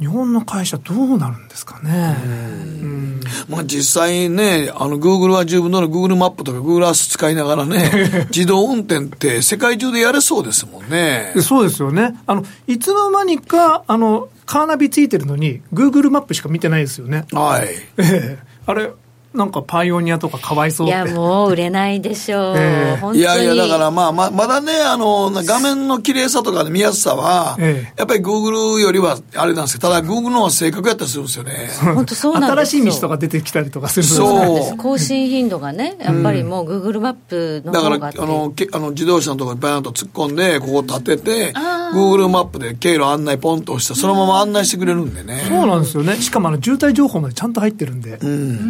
I: 日本の会社どうなるんですかね。うん
B: まあ実際ね、あの、Google は十分なの Google マップとか Google Earth 使いながらね、自動運転って世界中でやれそうですもんね
I: で。そうですよね。あの、いつの間にか、あの、カーナビついてるのに、Google マップしか見てないですよね。
B: はい。
I: ええあれ、なんかパイオニアとかかわいそう
C: い
I: って
C: やもう売れないでしょう、
I: ええ
C: 本当に
B: いやいや、だからまあ、ままだね、あの、画面の綺麗さとか見やすさは、
I: ええ
B: やっぱり Google よりはあれなんですけど、ただ Google の方が正確やったりするんですよね。
C: 本当そうなんで
I: 新
C: す
I: し
C: よ
I: い道とか出てきたりとかするので
B: そう
C: そうなんです更新頻度がねやっぱりもう Google マップの
B: だか
C: 方
B: ら、
C: が
B: あの、けあの自動車のところにバーンと突っ込んで、ここ立てて、Google マップで経路案内ポンと押して、そのまま案内してくれるんでね。
I: そうなんですよねしかもあの渋滞情報までちゃんと入ってるんで、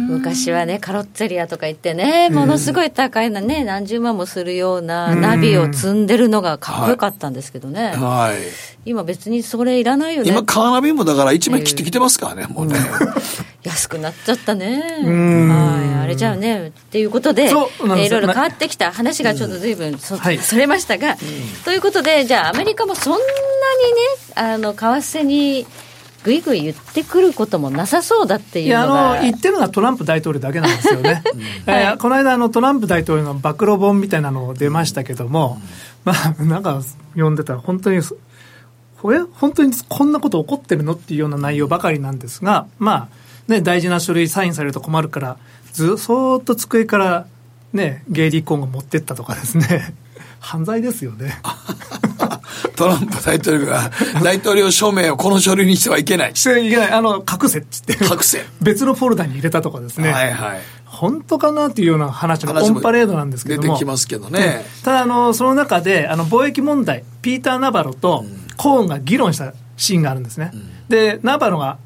C: 昔はねカロッツェリアとか行ってねものすごい高いなね何十万もするようなナビを積んでるのがかっこよかったんですけどね、
B: はい。
C: 今別にそれいらないよね
B: 今、カーナビもだから一枚切ってきてますからね、もうね。
C: 安くなっちゃったねはいあれじゃあねっていうことで、え
I: そうなん
C: ー
I: ですよ
C: いろいろ
I: ま
C: 変わってきた話がちょっと随分そ,、
I: はい
C: それましたが、ということでじゃあアメリカもそんなにねあの為替にぐいぐい言ってくることもなさそうだって
I: い
C: いう
I: や
C: のが
I: あの言ってるのはトランプ大統領だけなんですよね、 えーこの間あのトランプ大統領の暴露本みたいなの出ましたけども、 まあなんか読んでたら本当にほえ本当にこんなこと起こってるのっていうような内容ばかりなんですがまあね大事な書類サインされると困るからずそーっと机からねゲイリー・コーンが持ってったとかですね 犯罪ですよね
B: トランプ大統領 が、大統領署名をこの書類にしてはいけない。
I: してはいけないあの隠せっつって
B: 隠せ。
I: 別のフォルダに入れたとかですね、
B: はいはい。
I: 本当かなっていうような話の
B: 話
I: オ
B: も
I: ンパレードなんですけ
B: 出
I: ど
B: て
I: も
B: きますけどね。
I: ただあのその中であの貿易問題ピーター・ナバロとコーンが議論したシーンがあるんですね、でナバロが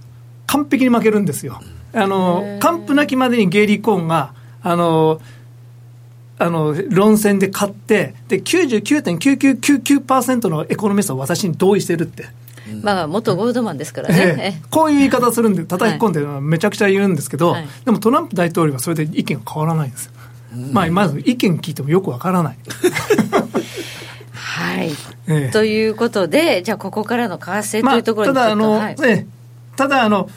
I: 完璧に負けるんですよあの完膚なきまでにゲイリー・コーンがあのあの論戦で勝ってで99.9999%のエコノミストは私に同意してるって、
C: まあ元ゴールドマンですから
I: え
C: ね
I: え、こういう言い方するんで叩き込んでるのはめちゃくちゃ言うんですけど、
C: はい
I: でもトランプ大統領はそれで意見が変わらないんですよ、まあ、まず意見聞いてもよくわからない、
C: はい、
I: ええ
C: ということでじゃあここからの為替
I: ま
C: とい
I: あ、
C: うところ
I: た
C: にちょっと、
I: だあの、
C: はい
I: ええただあの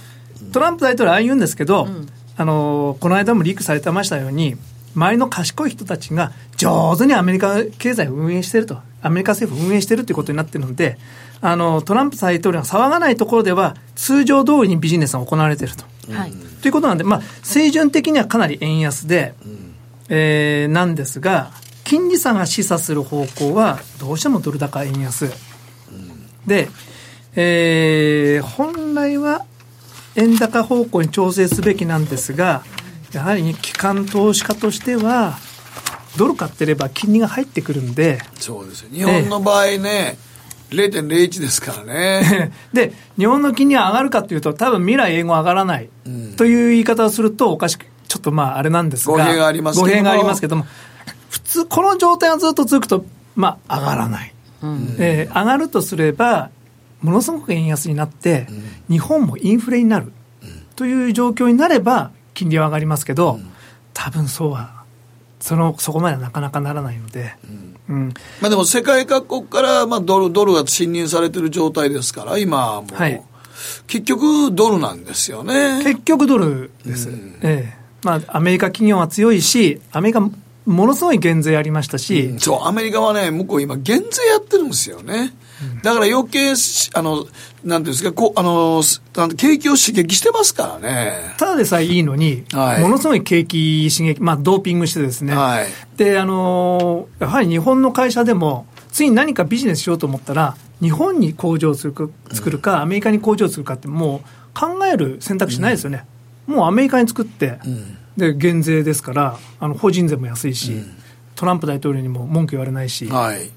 I: トランプ大統領はああ言うんですけど、あのこの間もリークされてましたように周りの賢い人たちが上手にアメリカ経済を運営してるとアメリカ政府を運営してるということになってるのであのトランプ大統領が騒がないところでは通常通りにビジネスが行われていると。
C: はい
I: ということなんで、まあ、水準的にはかなり円安で、えーなんですが、金利差が示唆する方向は、どうしてもドル高円安。で、えー本来は円高方向に調整すべきなんですが、やはり機関投資家としては、ドル買ってれば金利が入ってくるんで、
B: そうですよ。日本の場合ね、0.01ですからね。
I: で、日本の金利は上がるかというと、多分未来英語上がらないという言い方をするとおかしく、ちょっとまああれなんですが、
B: 語弊がありますけども
I: 語弊がありますけども、普通、この状態がずっと続くと、まあ上がらない。えー上がるとすれば、ものすごく円安になって、日本もインフレになるという状況になれば、金利は上がりますけど、多分そうは、その、そこまではなかなかならないので、うん
B: まあでも世界各国からまあドルドルが侵入されてる状態ですから、今はもう、
I: はい
B: 結局ドルなんですよね。
I: 結局ドルです、ええまあ、アメリカ企業は強いし、アメリカ、ものすごい減税ありましたし、
B: そう、アメリカはね、向こう今減税やってるんですよね。だから余計し、あの、なんていうんですか、こう、あの、すなんて景気を刺激してますからね。
I: ただでさえいいのに、
B: はい
I: ものすごい景気刺激、まあ、ドーピングしてですね、
B: はい
I: であのーやはり日本の会社でも、次に何かビジネスしようと思ったら、日本に工場をするか作るか、アメリカに工場を作るかって、もう考える選択肢ないですよね、もうアメリカに作って、で減税ですから、あの法人税も安いし、トランプ大統領にも文句言われないし。
B: はい。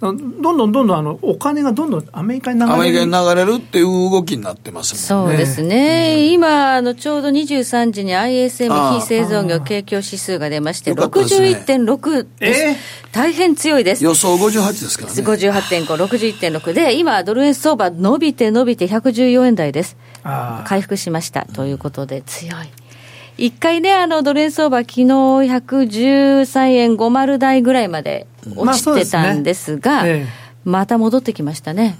I: どんどんどんどんあのお金がどんどんアメリカに流れ
B: ア
I: る
B: メリカに流れるっていう動きになってますもん
C: そうですね、今あの、ちょうど23時に ISM
B: ああ
C: 非製造業景況指数が出まして、
B: よかったですね
C: 61.6です
I: ええ
C: 大変強いです。
B: 予想58ですからね。
C: 58.5、61.6で、今、ドル円相場伸びて伸びて114円台です。
I: あー
C: 回復しましたということで、強い。一回ね、あの、ドル円相場、昨日113円50台ぐらいまで
I: まあ
C: 落ち
I: そうで
C: て
I: すね
C: たんですが、
I: ええ
C: また戻ってきましたね。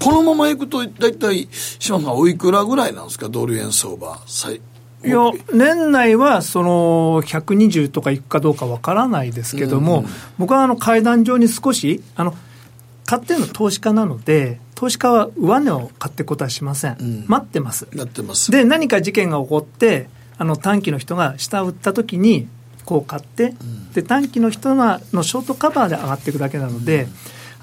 B: このままいくと、だいたい、島さん、おいくらぐらいなんですか、ドル円相場。最
I: いや年内はその120とかいくかどうかわからないですけども、僕はあの階段上に少しあの買ってるの投資家なので投資家は上値を買っていくことはしません、待ってます
B: なってます。
I: で何か事件が起こってあの短期の人が下を売った時にこう買って、で短期の人がのショートカバーで上がっていくだけなので、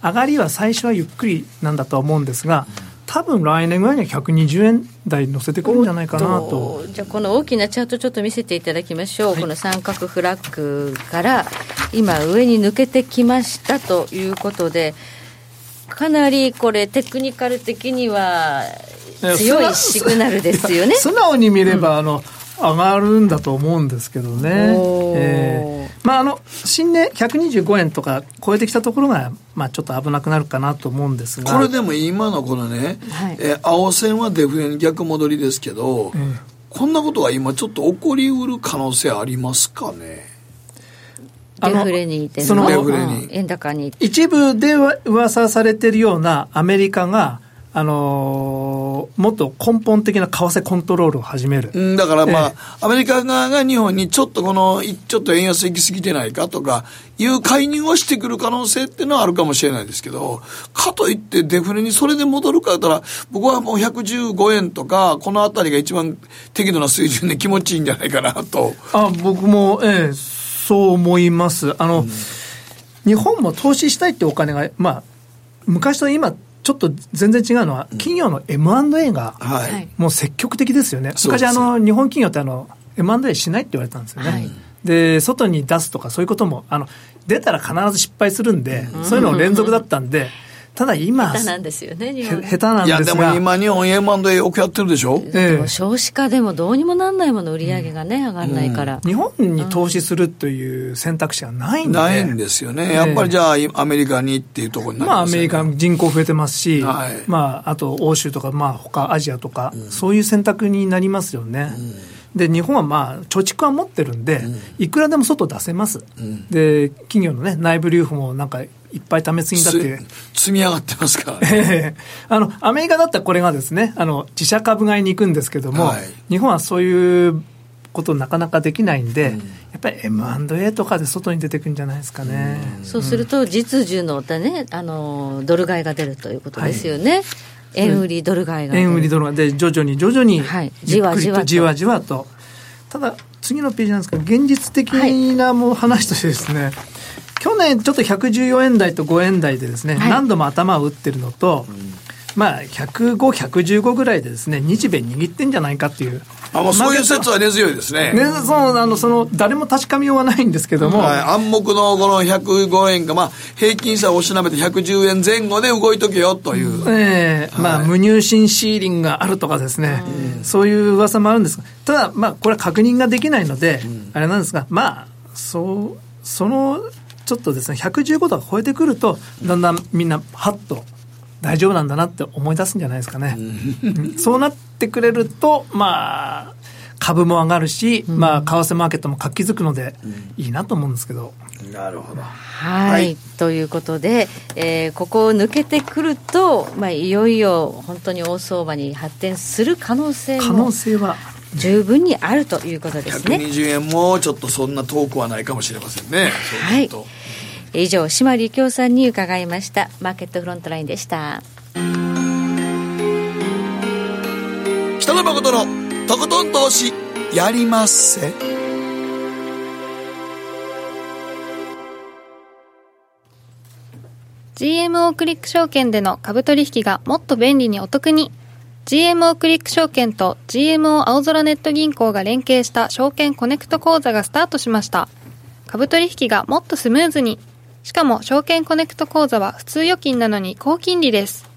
I: 上がりは最初はゆっくりなんだとは思うんですが多分来年ぐらいには120円台に乗せてくるんじゃないかなと。
C: じゃあこの大きなチャートちょっと見せていただきましょう、この三角フラッグから今上に抜けてきましたということでかなりこれテクニカル的には強いシグナルですよね。
I: 素直に見れば、あの上がるんだと思うんですけどね
C: おー、
I: えーまああの新年125円とか超えてきたところが、まあ、ちょっと危なくなるかなと思うんですが
B: これでも今のこのね、
C: はい
B: えー青線はデフレに逆戻りですけど、こんなことは今ちょっと起こりうる可能性ありますかね
I: あ
C: デ
I: の
C: フレにいて
I: そ
C: の
I: の
B: デフレに
C: うん円高に
I: 一部では噂されてるようなアメリカが、あのーもっと根本的な為替コントロールを始める、
B: うんだからまあ、
I: え
B: アメリカ側が日本にちょっとこの、いちょっと円安行き過ぎてないかとか、いう介入をしてくる可能性っていうのはあるかもしれないですけど、かといってデフレにそれで戻るかだったら、僕はもう115円とか、このあたりが一番適度な水準で気持ちいいんじゃないかなと。
I: あ僕も、ええそう思いますあの、日本も投資したいってお金が、まあ、昔と今ちょっと全然違うのは企業の M&A が
B: はい。
C: はい
I: もう積極的ですよね
B: そうです
I: 昔あの日本企業ってあの M&A しないって言われたんですよね、
C: はい
I: で外に出すとかそういうこともあの出たら必ず失敗するんで、そういうのを連続だったんでただ今
C: 下手なんですよね日
I: へ
C: 本
I: 下手なん
B: い
I: ですが
B: や、でも今日本 M&A よくやってるでしょ
I: え
C: で
I: え
C: も少子化でもどうにもなんないもの売り上げがね上がらないから、
I: 日本に投資するという選択肢がないんで
B: ないんですよね。やっぱりじゃあ、アメリカにっていうところになり
I: まあ、ア
B: ますよ
I: メ
B: ね。
I: リカ人口増えてますし、
B: はい
I: まあ、あと欧州とか、まあ、他アジアとか、そういう選択になりますよね。で日本はまあ貯蓄は持ってるんで、いくらでも外出せます、で企業の、ね、内部留保もなんかいっぱいためすぎだって
B: す積み上がってます からね。
I: ええあのアメリカだったらこれがですねあの自社株買いに行くんですけども、
B: はい
I: 日本はそういうことなかなかできないんで、やっぱり M&A とかで外に出てくんじゃないですかね。
C: そうすると実需のだねあのドル買いが出るということですよね、円売りドル買いが出る
I: 円売りドルがで徐々に徐々に
C: はい
I: ゆっくりと
C: じ
I: じ
C: わ
I: わじわとただ次のページなんですけど現実的なもう話としてですね、去年ちょっと114円台と5円台でですね、
C: はい
I: 何度も頭を打ってるのと、まあ105115ぐらいでですね日米握ってんじゃないかっていう
B: あもうそういう説は根強いですね。
I: ね、そのあのその誰も確かめようがないんですけども、
B: はい、暗黙のこの105円が、まあ、平均差をおしなべて110円前後で動いとけよという。
I: ええまあ、無入信シーリングがあるとかですね、そういう噂もあるんですが、ただ、まあ、これは確認ができないので、あれなんですが、まあ、そう、その、ちょっとですね、115度が超えてくると、だんだんみんな、はっと、大丈夫なんだなって思い出すんじゃないですかね。うんそうなってくれると、まあ、株も上がるし、まあ、為替マーケットも活気づくので、いいなと思うんですけど。
B: なるほど。
C: はい、ということで、えーここを抜けてくると、まあ、いよいよ本当に大相場に発展する可能性
I: 可
C: も
I: 能性は、
C: 十分にあるということですね。
B: 120円もちょっとそんな遠くはないかもしれませんね。そういうこと
C: 以上、島利京さんに伺いました。マーケットフロントラインでした。
B: 北野誠のとことん投資やりまっせ。
A: GMO クリック証券での株取引がもっと便利にお得に GMO クリック証券と GMO 青空ネット銀行が連携した証券コネクト講座がスタートしました株取引がもっとスムーズにしかも証券コネクト講座は普通預金なのに高金利です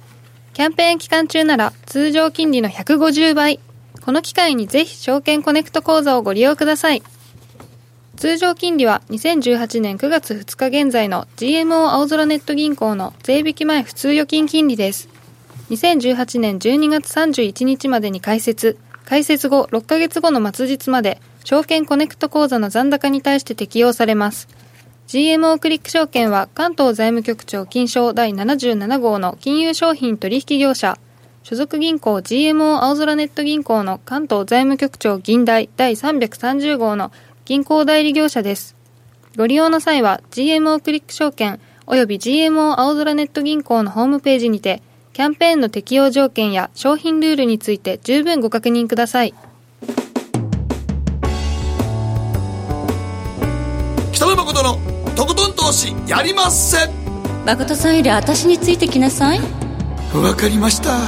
A: キャンペーン期間中なら通常金利の150倍この機会にぜひ証券コネクト講座をご利用ください通常金利は2018年9月2日現在の GMO 青空ネット銀行の税引き前普通預金金利です。2018年12月31日までに開設、開設後6ヶ月後の末日まで、証券コネクト口座の残高に対して適用されます。GMO クリック証券は関東財務局長金賞第77号の金融商品取引業者、所属銀行 GMO 青空ネット銀行の関東財務局長銀代第330号の銀行代理業者です。ご利用の際は GMO クリック証券および GMO 青空ネット銀行のホームページにてキャンペーンの適用条件や商品ルールについて十分ご確認ください。
B: 投資やりません
C: 誠さんより私についてきなさい
B: わかりました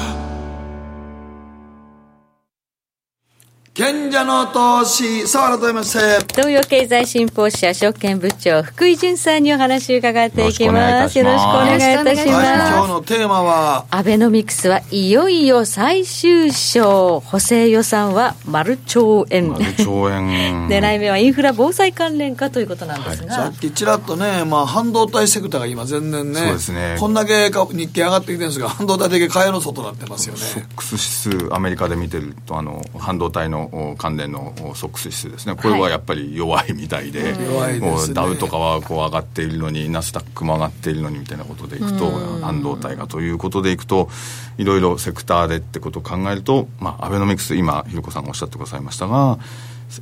B: 賢者の投資さあ改めまして
C: 東洋経済新報社証券部長福井淳さんにお話を伺っていきますよ
D: よ
C: ろ
D: ろ
C: し
D: し
C: く
D: く
C: お
D: お
C: 願
D: 願
C: い
A: い
C: い
A: い
C: た
A: た
C: し
A: します
B: はい今
C: ま
B: 日のテーマは
C: すアベノミクスはいよいよ最終章補正予算は丸兆円
D: 1兆円
C: 狙い目はインフラ防災関連かということなんですが、
B: さっきちらっとね、まあ、半導体セクターが今全然ね
D: そうですね
B: こんだけか日経上がってきてるんですが半導体だけ買えの外になってますよね
D: ソックス指数、アメリカで見てると、あの半導体のお関連のおソックス指数ですね、これはやっぱり弱いみたいで、
B: 弱いですね
D: おダウとかはこう上がっているのに、ナスダックも上がっているのにみたいなことでいくと、半導体がということでいくと、いろいろセクターでってことを考えると、まあ、アベノミクス、今、ひろこさんがおっしゃってくださいましたが、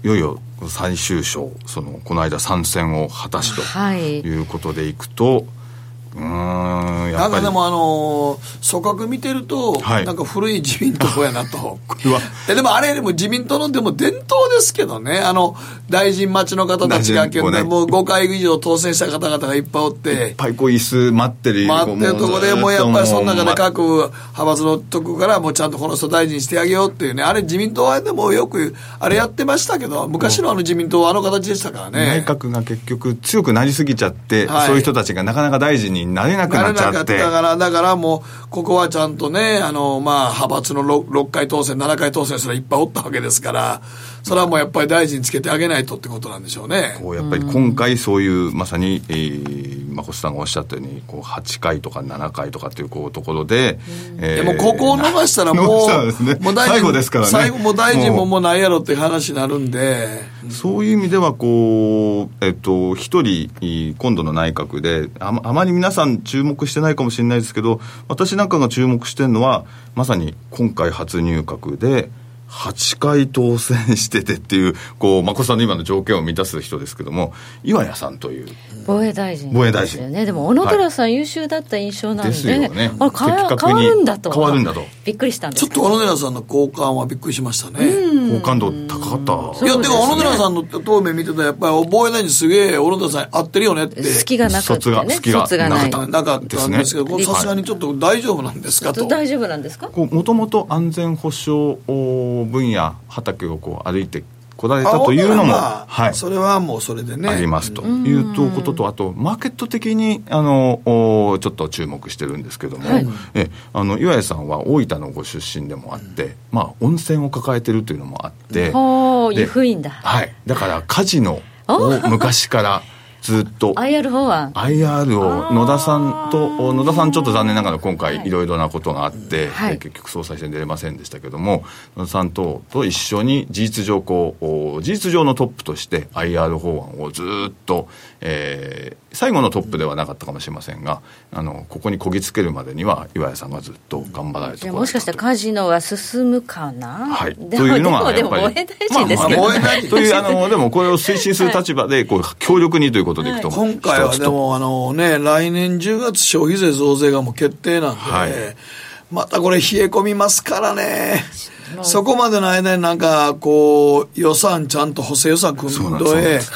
D: いよいよ最終章、そのこの間、参戦を果たしと
C: はい
D: いうことでいくと、うーん、や
B: な
D: っ
B: ん
D: ぱ
B: か
D: り
B: で。もあの組閣見てると、
D: はい
B: なんか古い自民党やなと
D: うわ
B: えでもあれでも自民党のでも伝統ですけどねあの大臣待ちの方たちが
D: 大臣
B: 結構ね
D: こうね
B: もう5回以上当選した方々がいっぱいおって
D: いっぱいこう椅子待ってる
B: 待ってるとこでもうやっぱりその中で各派閥のとこからもうちゃんとこの人大臣にしてあげようっていうねあれ自民党はでもよくあれやってましたけど昔のあの自民党はあの形でしたから
D: 内
B: ね
D: 閣が結局強くなりすぎちゃって、
B: はい
D: そういう人たちがなかなか大臣になれなく
B: な
D: な
B: れ
D: っち
B: なか
D: ゃ
B: っ
D: って
B: たからだからもうここはちゃんとねあのまあ派閥の 6, 回当選7回当選すらいっぱいおったわけですからそれはもうやっぱり大臣つけてあげないとってことなんでしょうね
D: こうやっぱり今回そういうまさに、えー、まこさんがおっしゃったようにこう8回とか7回とかっていうこうところで、え
B: で
D: ー
B: もここを逃したらも
D: そう
B: う
D: ですね
B: もう大臣
D: 最後ですからね
B: 最後もう大臣
D: も
B: も
D: う
B: もうないやろっていう話になるんで
D: そういう意味ではこう、えっと、一人えー今度の内閣であまあまり皆さん注目してないかもしれないですけど私なんかが注目してるのはまさに今回初入閣で8回当選しててっていうこう眞子さんの今の条件を満たす人ですけども岩谷さんという
C: 防衛大臣
D: 防衛大
C: です
D: 臣
C: よねでも小野寺さん優秀だった印象なんで,、
D: ですよね
C: あれ変わ
D: 的
C: 変
D: 確
C: わ
D: に
C: るんだと
D: 変わるんだと
C: びっくりしたんで
B: ち
C: す
B: ょっと小野寺さんの好感はびっくりしましたね、
D: 好感度高かった
B: いや、
C: そ
B: て
C: うで
B: か、
C: すね
B: 小野寺さんの答弁見てたら、やっぱり覚えないにすげえ、小野寺さんに合ってるよねって。
C: 隙がなかったよね
D: 卒が
C: 卒がない
D: 隙が
B: なかったんですけど、これ
D: ですね
B: さすがにちょっと大丈夫なんですかと。
C: 大丈夫なんですか
D: もともと安全保障お分野畑をこう歩いてこられたというのも、
B: あ
D: はい、
B: それはもうそれでね。
D: ありますというとことと、あと、マーケット的にあのおちょっと注目してるんですけども、えあの岩井さんは大分のご出身でもあって、まあ、温泉を抱えてるというのもあって、
C: ほう
D: で
C: 湯布院だ
D: はい、だからカジノを昔からずっと
C: IR 法案
D: IR を野田さんと野田さんちょっと残念ながら今回いろいろなことがあって、
C: はい
D: えー結局総裁選出れませんでしたけども野田さんとと一緒に事実上こうお事実上のトップとして IR 法案をずっと、えー最後のトップではなかったかもしれませんがあのここにこぎつけるまでには岩井さんがずっと頑張られ
C: じ
D: て
C: ゃあ
D: こ
C: も
D: られ
C: しかしたた
D: と
C: らカジノは進むかな、
D: はい、
C: で
D: と
C: も
D: いう
C: で
D: のが
C: も
D: や
C: で
D: っ
C: も
D: ぱり
C: 防衛大臣ですけど、
B: まあまあ防衛大臣
D: というあのでもこれを推進する立場でこう強力にということでいくと
B: 今回は
D: 一つ
B: で
D: と
B: も、あのね、来年10月消費税増税がもう決定なんで、
D: はい
B: またこれ冷え込みますからね。そこまでの間になんか、こう、予算ちゃんと補正予算組
D: そうなん
B: ん
D: ですそう
B: ど
D: なん
B: え
D: で、す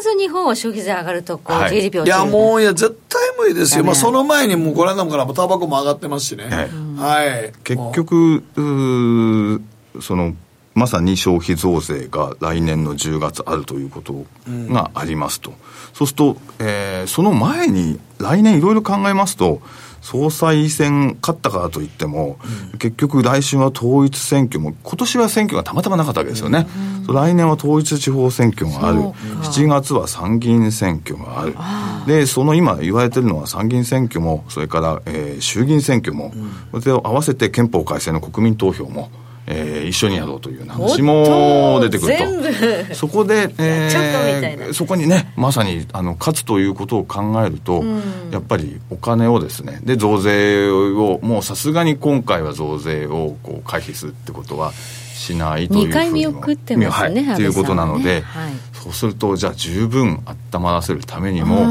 C: 必ず日本は消費税上がるとこう、
D: はい
C: GDP
B: い
C: 落ち
B: や
C: る
B: もういや絶対無理です
C: ダ
B: よ、
C: メ
B: まあ、その前にもうこの間もからもタバコも上がってますしね
D: はい
B: はい
D: 結
B: もう
D: 局うーそのまさに消費増税が来年の10月あるということがありますと、そうすると、えーその前に来年いろいろ考えますと総裁選勝ったからといっても、結局来週は統一選挙も今年は選挙がたまたまなかったわけですよね、そう来年は統一地方選挙がある7月は参議院選挙があるでその今言われてるのは参議院選挙もそれから、えー衆議院選挙も、それを合わせて憲法改正の国民投票も、えー一緒にやろうというような話も出てくると
C: 全 部
D: そこで、え
C: ちょっとみたいな
D: そこにねまさにあの勝つということを考えると、やっぱりお金をですねで増税をもうさすがに今回は増税をこう回避するってことはしないと
C: 2
D: いうふうに
C: 回見送ってますね、
D: はい、
C: 安倍さんはね
D: ということなので、
C: はい
D: そうするとじゃあ十分温まらせるためにも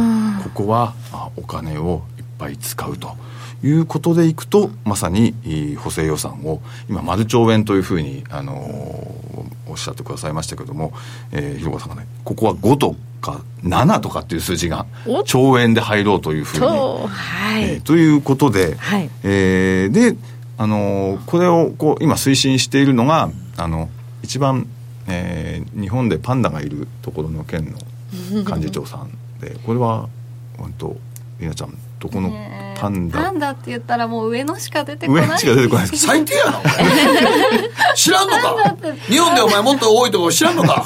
D: ここはあお金をいっぱい使うと。いうことでいくと、まさにえー補正予算を今、丸兆円というふうに、あのーおっしゃってくださいましたけども、えー、広川さんがね、ここは5とか7とかっていう数字が
C: おっ
D: 兆円で入ろうというふうに。
C: とはい、
D: えーということで、
C: はい
D: えーで、あのーこれをこう今推進しているのがあの一番、えー日本でパンダがいるところの県の幹事長さんでこれは本当りなちゃんどこのパン
A: パ
D: ダ、
A: ンダって言ったらもう上のしか出てこ
D: 上
A: ない。
D: しか出てこないです
B: 最低やなお前知らんのか日本でお前もっと多いとこ知らんのか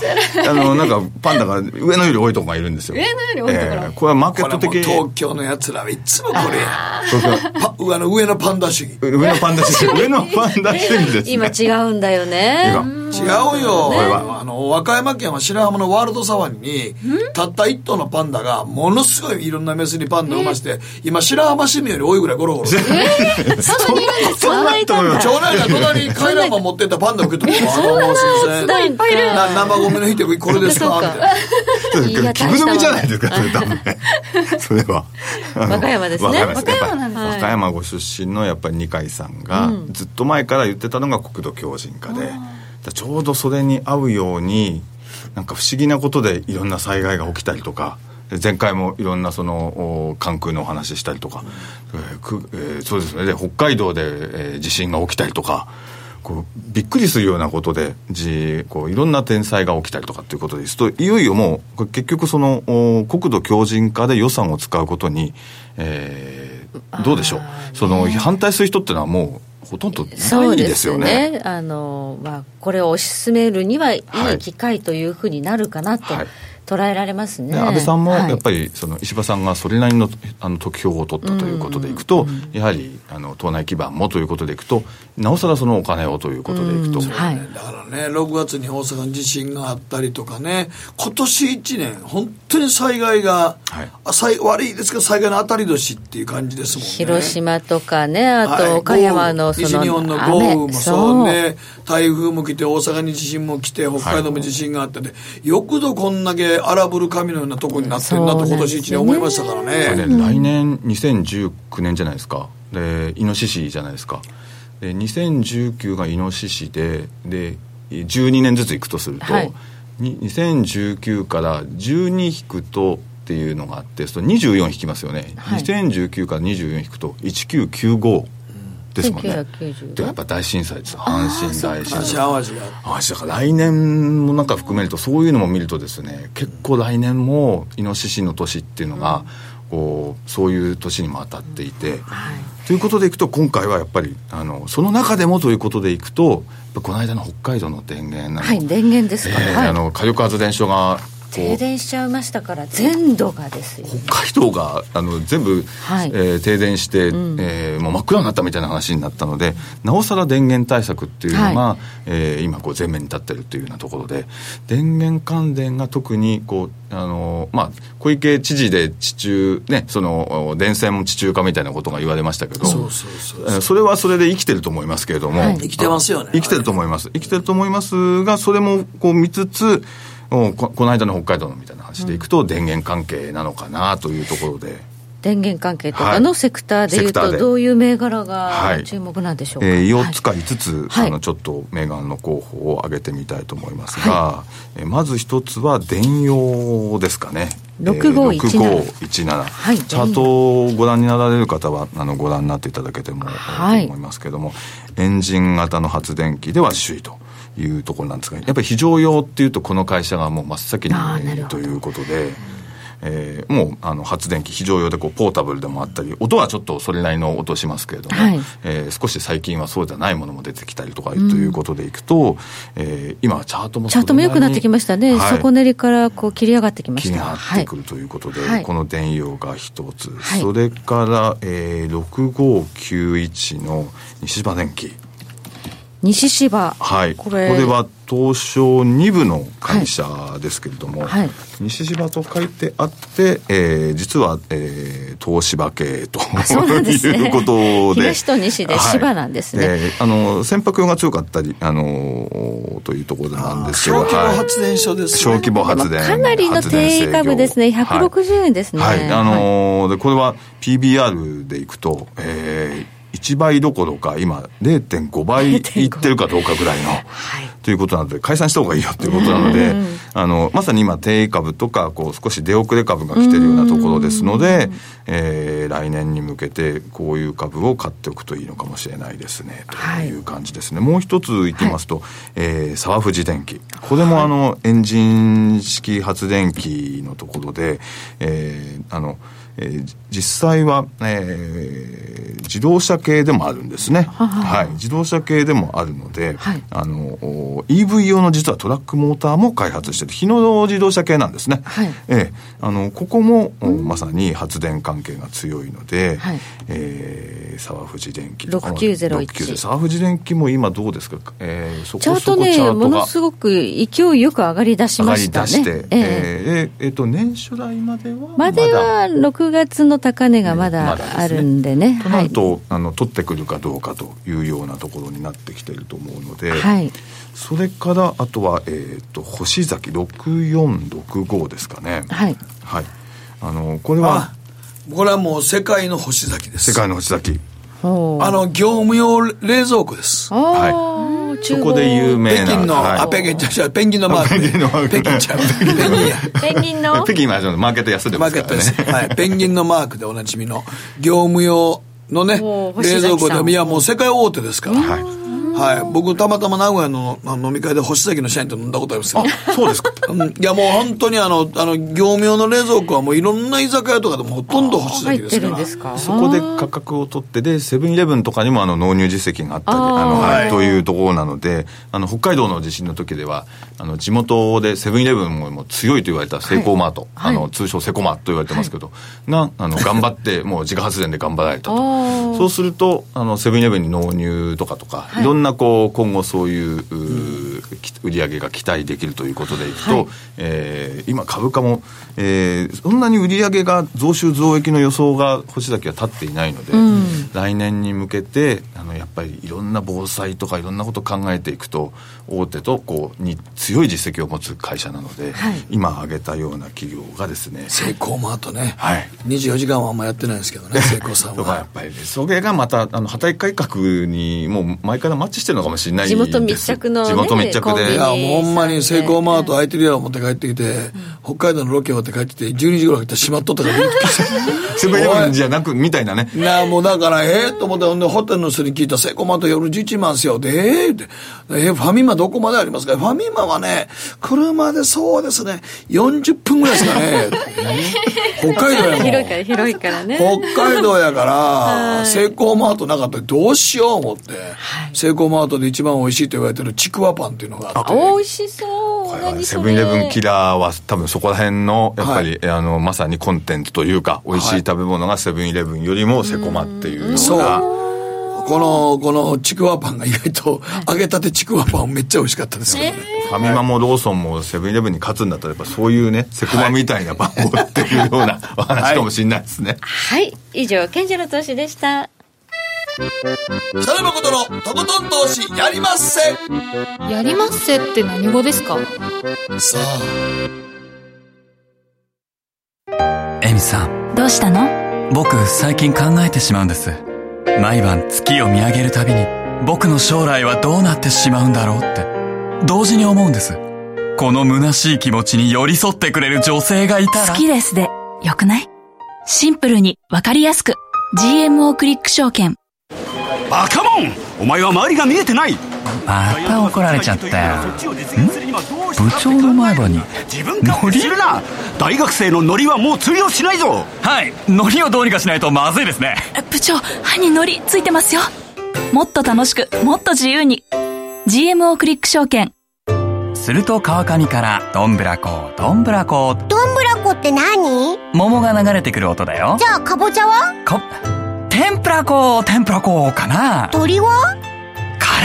D: あのなんかパンダが上のより多いとこがいるんですよ
A: 上のより多いところ
D: えーこれはマーケ
B: こ
D: ッ
B: れ
D: ト
B: もう
D: 的
B: 東京のやつらはいつもこれや
D: 東京
B: パ上の上のパンダ主義
D: 上のパン ダ主義上のパンダ主義です、ね、
C: 今違うんだよね
D: 今
B: 違うよ、あの和歌山県は白浜のワールドサワリにたった一頭のパンダがものすごいいろんなメスにパンダを産まして今白浜市民より多いぐらいゴロゴロしてる
D: そんなと思います
B: 町内が隣 に回覧板持ってったパンダ受け取ってあのすいません
C: いっぱいいる
B: な生ゴミの日ってこれですか
C: そ
B: み
C: うか
B: たいな
D: 器具止めじゃないですか、それ多分ね。それは。あの
C: 和歌山ですね
D: 和歌山
A: 和歌山なんです
D: やっぱ和歌山ご出身のやっぱり二階さんが、ずっと前から言ってたのが国土強靭化で、だからちょうどそれに合うように、なんか不思議なことでいろんな災害が起きたりとか、で前回もいろんなそのお関空のお話ししたりとか、えーくえーそうですねで北海道で、えー地震が起きたりとかこうびっくりするようなことでじこういろんな天災が起きたりとかっていうことですといよいよもうこれ結局そのお国土強靭化で予算を使うことに、えーどうでしょうその反対する人っていうのはもうほとんど
C: そ
D: な
C: う
D: い
C: で
D: です
C: す
D: よね。
C: ね。あの、まあ、これを推し進めるにはいい
D: はい
C: 機会というふうになるかなと
D: はい
C: 捉えられますね。
D: で安倍さんも
C: はい
D: やっぱりその石破さんがそれなりのあの得票を取ったということでいくと、やはりあの党内基盤もということでいくとなおさらそのお金をということでいくと、
C: はい。
B: だからね6月に大阪に地震があったりとかね今年1年本当に災害が、
D: はい
B: あ災悪いですけど災害の当たり年っていう感じですもんね
C: 広島とかね、あ
B: はい
C: と岡山の
B: 豪
C: そ
B: 雨西
C: の、
B: 日本の豪雨もそうね台風も来て大阪に地震も来て北海道も地震があってで、よくぞこんだけ荒ぶる神のようなとこになってんなと
C: そう
B: 今
C: なんで
B: 年
C: すよ
B: 一年
C: ね
B: 思いましたから
D: これ
B: ね
D: ね来年2019年じゃないですかでイノシシじゃないですかで2019がイノシシでで12年ずついくとすると、
C: はい
D: に2019から12引くとっていうのがあってその24引きますよね、
C: はい
D: 2019から24引くと1995ですもんね
C: 1995
D: でやっぱ大震災です阪神大震
B: 阪
D: 災
B: 神淡路が
D: あだから来年もなんか含めるとそういうのも見るとですね結構来年もイノシシの年っていうのが、こうそういう年にも当たっていて、ということでいくと今回はやっぱりあのその中でもということでいくとやっぱこの間の北海道の電源なの、
C: はい、電源ですか
D: えー
C: ら、
D: あ
C: はい。
D: の火力発電所がこ
C: 停
D: う
C: 電しちゃいましたから、全土がですよ。
D: 北海道があの全部、
C: はい
D: えー停電して、えーもう真っ暗になったみたいな話になったのでなおさら電源対策っていうのが、
C: は
D: えー今こう前面に立ってるというようなところで電源関連が特にこうあのまあ、小池知事で地中、ね、そのお電線も地中化みたいなことが言われましたけど
B: そうそうそう
D: えーそれはそれで生きてると思いますけれども、
C: はい
B: 生きてますよね
D: 生きてると思います生きてると思いますがそれもこう見つつうんここの間の北海道のみたいな話でいくと電源関係なのかなというところで、
C: 電源関係とかのセクターでいう
D: はいセク
C: と、
D: ターで
C: どういう銘柄
D: は
C: が
D: い
C: 注目なんでしょうか。
D: えー、
C: はい
D: 4つか5つ、
C: はい
D: あのちょっと銘柄の候補を挙げてみたいと思いますが、えーまず1つは電用ですかね
C: 6517
D: 6517、
C: はい
D: チャートをご覧になられる方はあのご覧になっていただけても、
C: はい
D: と思いますけどもエンジン型の発電機では首位というところなんですがやっぱり非常用っていうとこの会社がもう真っ先に
C: あーなるほど
D: ということで。えーもうあの発電機非常用でこうポータブルでもあったり音はちょっとそれなりの音しますけれども、
C: はい
D: えー少し最近はそうじゃないものも出てきたりとかということでいくと、えー今はチャートも
C: チャートも良くなってきましたね。
D: それなりに
C: 底練りからこう切り上がってきま
D: 気
C: し
D: に
C: た。
D: なってくるということで、
C: はい
D: この電用が一つ、
C: はい
D: それから、えー、6591の西場電機
C: 西芝、
D: はい
C: こ
D: こ
C: れ
D: れは東東証2部の会社ですけれども、
C: はい
D: 西芝と書いてあって、えー実は、えー東芝系と
C: そうなんですね
D: いうことで
C: 東と西で芝なんですね
D: はいえーあの船舶用が強かったり、あのーというところなんですけ
B: 小
D: ど
B: 規模
D: はい
B: 発電所です
D: 小
B: よね
D: 規模発電
C: かなりの低株ですね
D: 発電制御
C: 160円ですね
D: はい、はいあのーでこれは PBR でいくと、えー、1倍どころか今0.5倍いってるかどうかぐらいの、ということなので解散した方がいいよということなのであのまさに今定位株とかこう少し出遅れ株が来てるようなところですので、えー来年に向けてこういう株を買っておくといいのかもしれないですねという感じですね、もう一つ言ってみますと、えー沢藤電機これもあの、エンジン式発電機のところで、えーあのえーじ実際は、えー自動車系でもあるんですね、はい、自動車系でもあるので、
C: はい
D: あのお EV 用の実はトラックモーターも開発してる日野自動車系なんですね、
C: はい
D: ええあのここも、おまさに発電関係が強いので、
C: はい
D: えー沢藤電機
C: 69001
D: 690沢藤電機も今どうですか、えー、そこ
C: チャー
D: そ
C: ト
D: こ
C: ね
D: チャート
C: も
D: が
C: のすごく勢いよく上がり出し
D: 上が
C: ま
D: り
C: し
D: 出
C: た
D: し
C: ね
D: て、え
C: ええ
D: ええっと年初代までは
C: まで
D: だ
C: は6月の高値がまだあるんでね
D: となると、あの取ってくるかどうかというようなところになってきてると思うので、
C: はい、はい
D: それからあとは、えー、と星崎6465ですかねい、
C: はい
D: あのこれは
B: あこれはもう世界の星崎です
D: 世界の星崎
C: ほう
B: あの業務用冷蔵庫です
C: あー
D: そ
C: 厨房
D: こで有名
B: 北
D: な
B: 京の、
D: はい
B: あペンギンじゃあペンギンのマーク
D: ペンギンのマーク
B: ペンギンちゃうペンギンや
C: ペンギンの
D: 北京今マーケット休んで
B: マ
D: ま
B: ー
D: す
B: ケ
D: か
B: ット
D: ら
B: で
D: ね
B: す、はい、ペンギンのマークでおなじみの業務用のね
C: もう星
B: 冷
C: 崎さん
B: 蔵庫でいやもう世界大手ですから、
D: はい
B: はい、僕たまたま名古屋のあの飲み会で星崎の社員と飲んだことありますよ
D: そうですか
B: うんいやもう本当にあのあの業務用の冷蔵庫はもういろんな居酒屋とかでもほとんど星
C: 入
B: 崎
C: っ
B: で
C: て
B: すか
C: るん
B: ら
C: ですか
D: そこで価格を取ってでセブンイレブンとかにもあの納入実績があったり
C: あ
D: あ
C: ー
D: の、
B: はい
D: というところなのであの北海道の地震の時ではあの地元でセブンイレブンも強いと言われたセイコーマート、
C: はい
D: あの通称セコマと言われてますけど、があの頑張ってもう自家発電で頑張られ た
C: あ
D: と。
C: ー
D: そうするとあのセブンイレブンに納入とかとか、い、ろんなこう今後そういううーき売り上げが期待できるということでいくと、えー今株価も、えーそんなに売り上げが増収増益の予想が星崎は立っていないので、来年に向けてあのやっぱりいろんな防災とかいろんなことを考えていくと大手とこうに強い実績を持つ会社なので、
C: はい
D: 今挙げたような企業がですね
B: セイコーマートね、
D: はい
B: 24時間はあんまやってないんですけどねセイコーさん
D: とかや
B: は
D: っぱりねそれがまたあの働き改革にもう前からマッチしてるのかもしれない
C: 地
D: です
C: 元密着のね
D: 地元密着
C: コンビ
B: い
D: で
B: やもうほんまにセイコーマート空いてるやろ思って帰ってきて、北海道のロケ終わって帰ってきて12時頃来たら閉まっとったからびっく りした
D: セブンイレブンじゃなくみたいなね
B: なあ、もうだから、ええと思って、ほんで、ホテルの人に聞いた、セイコーマート夜11万ですよ。で、ええって、えファミマどこまでありますかファミマはね、車でそうですね、40分ぐらいですか ね。北海道やもん。
C: 広いから広いからね
B: 北海道やから、セイコーマートなかったらどうしよう思って、セイコーマートで一番美味しいと言われてるちくわパンっていうのがあって。
C: 美味しそう
D: これは
C: 何
D: セ
C: それ
D: ブンイレブンキラーは多分そこら辺のやっぱり、あのまさにコンテンツというか美味しい食べ物がセブンイレブンよりもセコマっていうよ
B: そうう
D: な。
B: この、このちくわパンが意外と、揚げたてちくわパンめっちゃ美味しかったですけどね。
D: ファミマもローソンもセブンイレブンに勝つんだったらやっぱそういうねセコマみたいな番号っていうようなお話かもしれないですね、
C: はい以上賢者の投資でし
B: さ
C: た
B: らばことのとことん投資やりまっせ
A: やりまっせって何語ですか
B: さあ
E: エミさん
G: どうしたの
E: 僕最近考えてしまうんです毎晩月を見上げるたびに僕の将来はどうなってしまうんだろうって同時に思うんですこの虚しい気持ちに寄り添ってくれる女性がいたら
G: 好きですで、よくないシンプルにわかりやすく。GMO クリック証券。
H: バカモンお前は周りが見えてない
E: また怒られちゃったよ部長の前歯に
H: 自分勝手するな大学生のノリはもう通用しないぞ
E: はい海苔をどうにかしないとまずいですね
G: え部長、歯にノリついてますよ。もっと楽しく、もっと自由に。GMO クリック証券。
E: すると川上からどんぶらこどんぶらこ
F: どんぶらこって何
E: 桃が流れてくる音だよ
F: じゃあかぼちゃは
E: こ天ぷらこ天ぷらこかな
F: 鳥は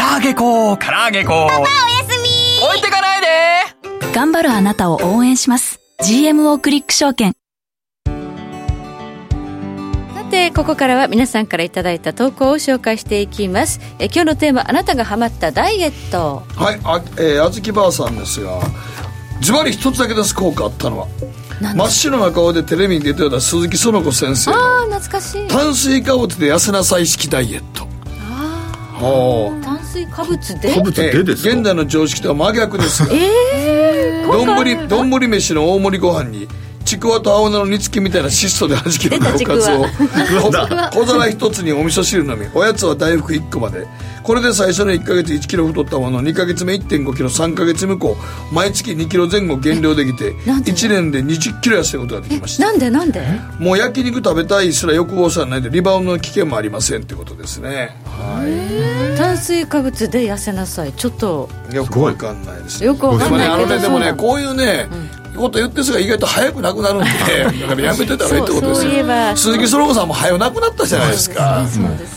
E: 唐揚げこ唐揚げこ
F: おやすみ
J: 置いてかないで
G: 頑張るあなたを応援します。GMO クリック証券。
C: さてここからは皆さんからいただいた投稿を紹介していきますえ今日のテーマあなたがハマったダイエット
B: はい、あ、えー、あずきばあさんですがズバリ一つだけです効果あったのは真っ白な顔でテレビに出てた鈴木園子先生の
C: ああ懐かしい
B: 炭水化物で痩せなさい式ダイエットはあ
C: 炭水化物で
D: かぶって
B: え
D: で
B: ー
D: ですか
B: 現代の常識とは真逆ですが
C: ええー、
B: 丼丼ぶり飯の大盛りご飯にちくわと青菜の煮つきみたいな質素で弾けるおかずを小小皿一つにお味噌汁のみおやつは大福1個までこれで最初の1ヶ月1キロ太ったもの2ヶ月目1 5キロ3ヶ月目以降毎月2キロ前後減量できて
C: なんで
B: 1年で2 0キロ痩せることができました
C: なんでなんで
B: もう焼肉食べたいすら欲望さないでリバウンドの危険もありませんってことですねは
C: 炭水化物で痩せなさいちょっと
B: いよくわかんないですね
C: よくわ
B: で
C: か
B: も
C: ん
B: ね、
C: な
B: あ
C: い
B: の
C: け
B: ね、
C: ど
B: で
C: そ
B: も
C: うな
B: ね、
C: の
B: こういうね、こと言ってすが意外と早くなくな るんで、だからやめてた方がいいってことです
C: そうそういえば
B: よ。鈴木そ子さんも早くなくなったじゃないですか。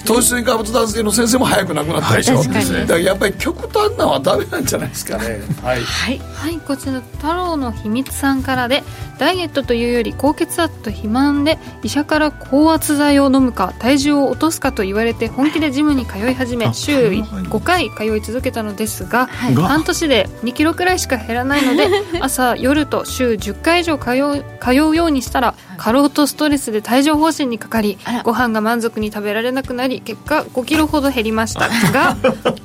B: 糖質に化物男性の先生も早くなくなったでしょ。
C: はい
B: だ
C: 確かに
B: からやっぱり極端なのはダメなんじゃないですかね。はい。
A: はいこちら太郎の秘密さんからでダイエットというより高血圧と肥満で医者から高圧剤を飲むか体重を落とすかと言われて本気でジムに通い始め週5回通い続けたのですが
D: が
A: 半年で2キロくらいしか減らないの で朝夜と週10回以上通う通うようにしたら過労とストレスで帯状疱疹にかかり
C: あら
A: ご飯が満足に食べられなくなり結果5キロほど減りましたが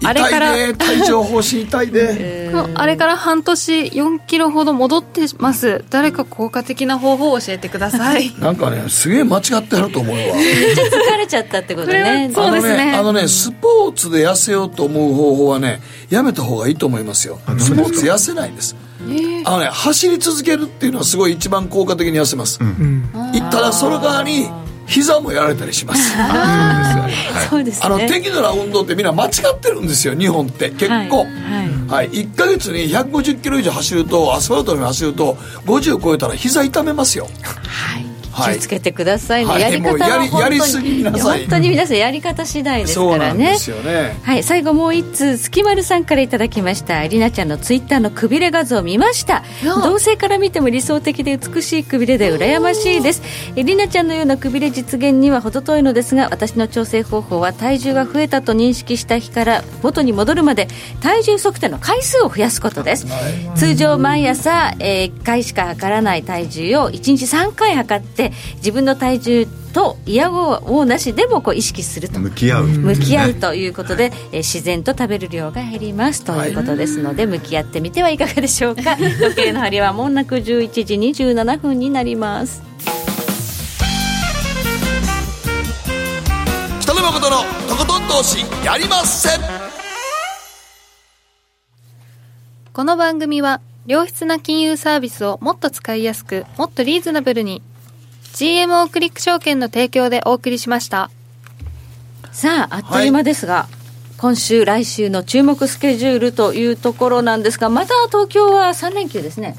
A: あれから
B: 痛いね、体調方針痛 いね。
A: もうあれから半年4キロほど戻ってます誰か効果的な方法を教えてください
B: なんかね、すげえ間違ってると思うわ。
C: 疲れちゃったってことね
A: これはそうですね
B: あのね、スポーツで痩せようと思う方法はね、やめた方がいいと思いますよ。スポーツ痩せないんです。あのね、走り続けるっていうのはすごい一番効果的に痩せます。いただその代わり、膝もやられたりします。
C: そうですね
B: あの適度な運動ってみんな間違ってるんですよ日本って結構
C: は
B: はいい、1か月に150キロ以上走るとアスファルトに走ると50超えたら膝痛めますよ
C: 気をつけてくださいね、
B: はい
C: やり方
B: もうや
C: は
B: り
C: 本当に
B: やりすぎなさい
C: 本当に皆さんやり方次第です
B: そう
C: か
B: な
C: ら
B: んで
C: ね
B: すよね
C: はい、最後もう一通月丸さんからいただきましたりなちゃんのツイッターのくびれ画像を見ました同性から見ても理想的で美しいくびれで羨ましいですえりなちゃんのようなくびれ実現には程遠いのですが私の調整方法は体重が増えたと認識した日から元に戻るまで体重測定の回数を増やすことです、通常毎朝、え1回しか測らない体重を1日3回測って自分の体重とイヤゴをなしでもこう意識すると
D: 向き合う
C: 向き合うということで、えー自然と食べる量が減りますということですので、向き合ってみてはいかがでしょ うか時計の針はもうなく11時27分になります
B: 北野誠のとことん投資やりません
A: この番組は良質な金融サービスをもっと使いやすくもっとリーズナブルに GMO クリック証券の提供でお送りしました
C: さああっという間ですが、今週来週の注目スケジュールというところなんですがまた東京は3連 休ですね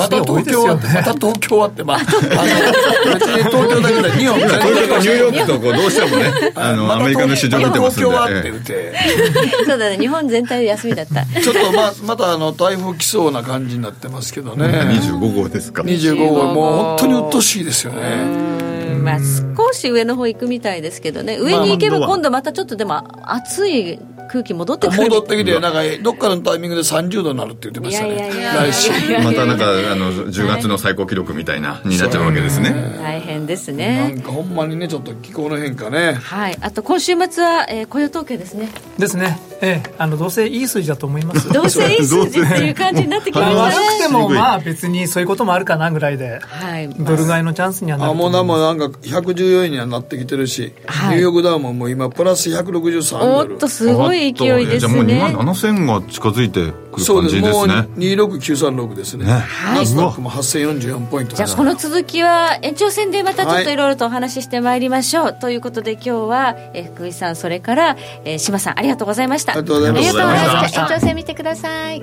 B: また東京はってまた東京はって まああの別に東京だけで日本全
D: これ
B: 体
D: からニューヨークとこうどうしてもね あのアメリカの市場出てますんで、
B: また東京はって
D: え
B: 言
D: え
B: って
C: そうだね日本全体で休み だった
B: ちょっとまあまたあの台風来そうな感じになってますけどね
D: 25号ですか
B: 25号もう本当にうっとうしいですよね
C: うんまあ少し上の方行くみたいですけどね上に行けば
D: まあまあ
C: 今度またちょっとでも暑い空気戻ってくる
B: 戻ってきてなんかどっかのタイミングで30度になるって言ってました
C: いやいやい
B: ね
C: や
B: 来週
D: またなんかあの10月の最高記録みたいなになっちゃうわけですね
C: 大変です
B: な
C: ね
B: んかほんまにねちょっと気候の変化ね
C: はい、あと今週末は、えー雇用統計ですね。
I: ですね、ええ、あのどうせいい数字だと思います。
C: どうせいい数字っていう感じになってきま
I: 悪
C: し
I: くてもまあ別にそういうこともあるかなぐらいで、
C: た。はい、ま
I: ど
C: あ
I: れぐらいのチャンスにはなる
B: あ
I: と
B: も
I: 思
B: う
I: う
B: なもなんか114位にはなってきてるし、
C: は
B: ニ
C: い
B: ューヨークダウンももう今プラス163
C: お
B: ド
C: っ
B: ル
C: とすごい勢いです
D: じゃあもう2万
C: ね。
D: 7000が近づいてくる
B: そう
D: 感
B: です
D: じで
B: も
D: す
B: う
D: ね
B: 26936ですね
D: ね
B: ナスダックも8044ポイント
C: じゃあこの続きは延長戦でまたちょっといろいろとお話ししてまいりましょう、ということで今日は、えー福井さんそれから、えー、島さんありがとうございました
B: ありがとうございま
D: あり
B: し
D: がとうございました
C: 延長戦見てください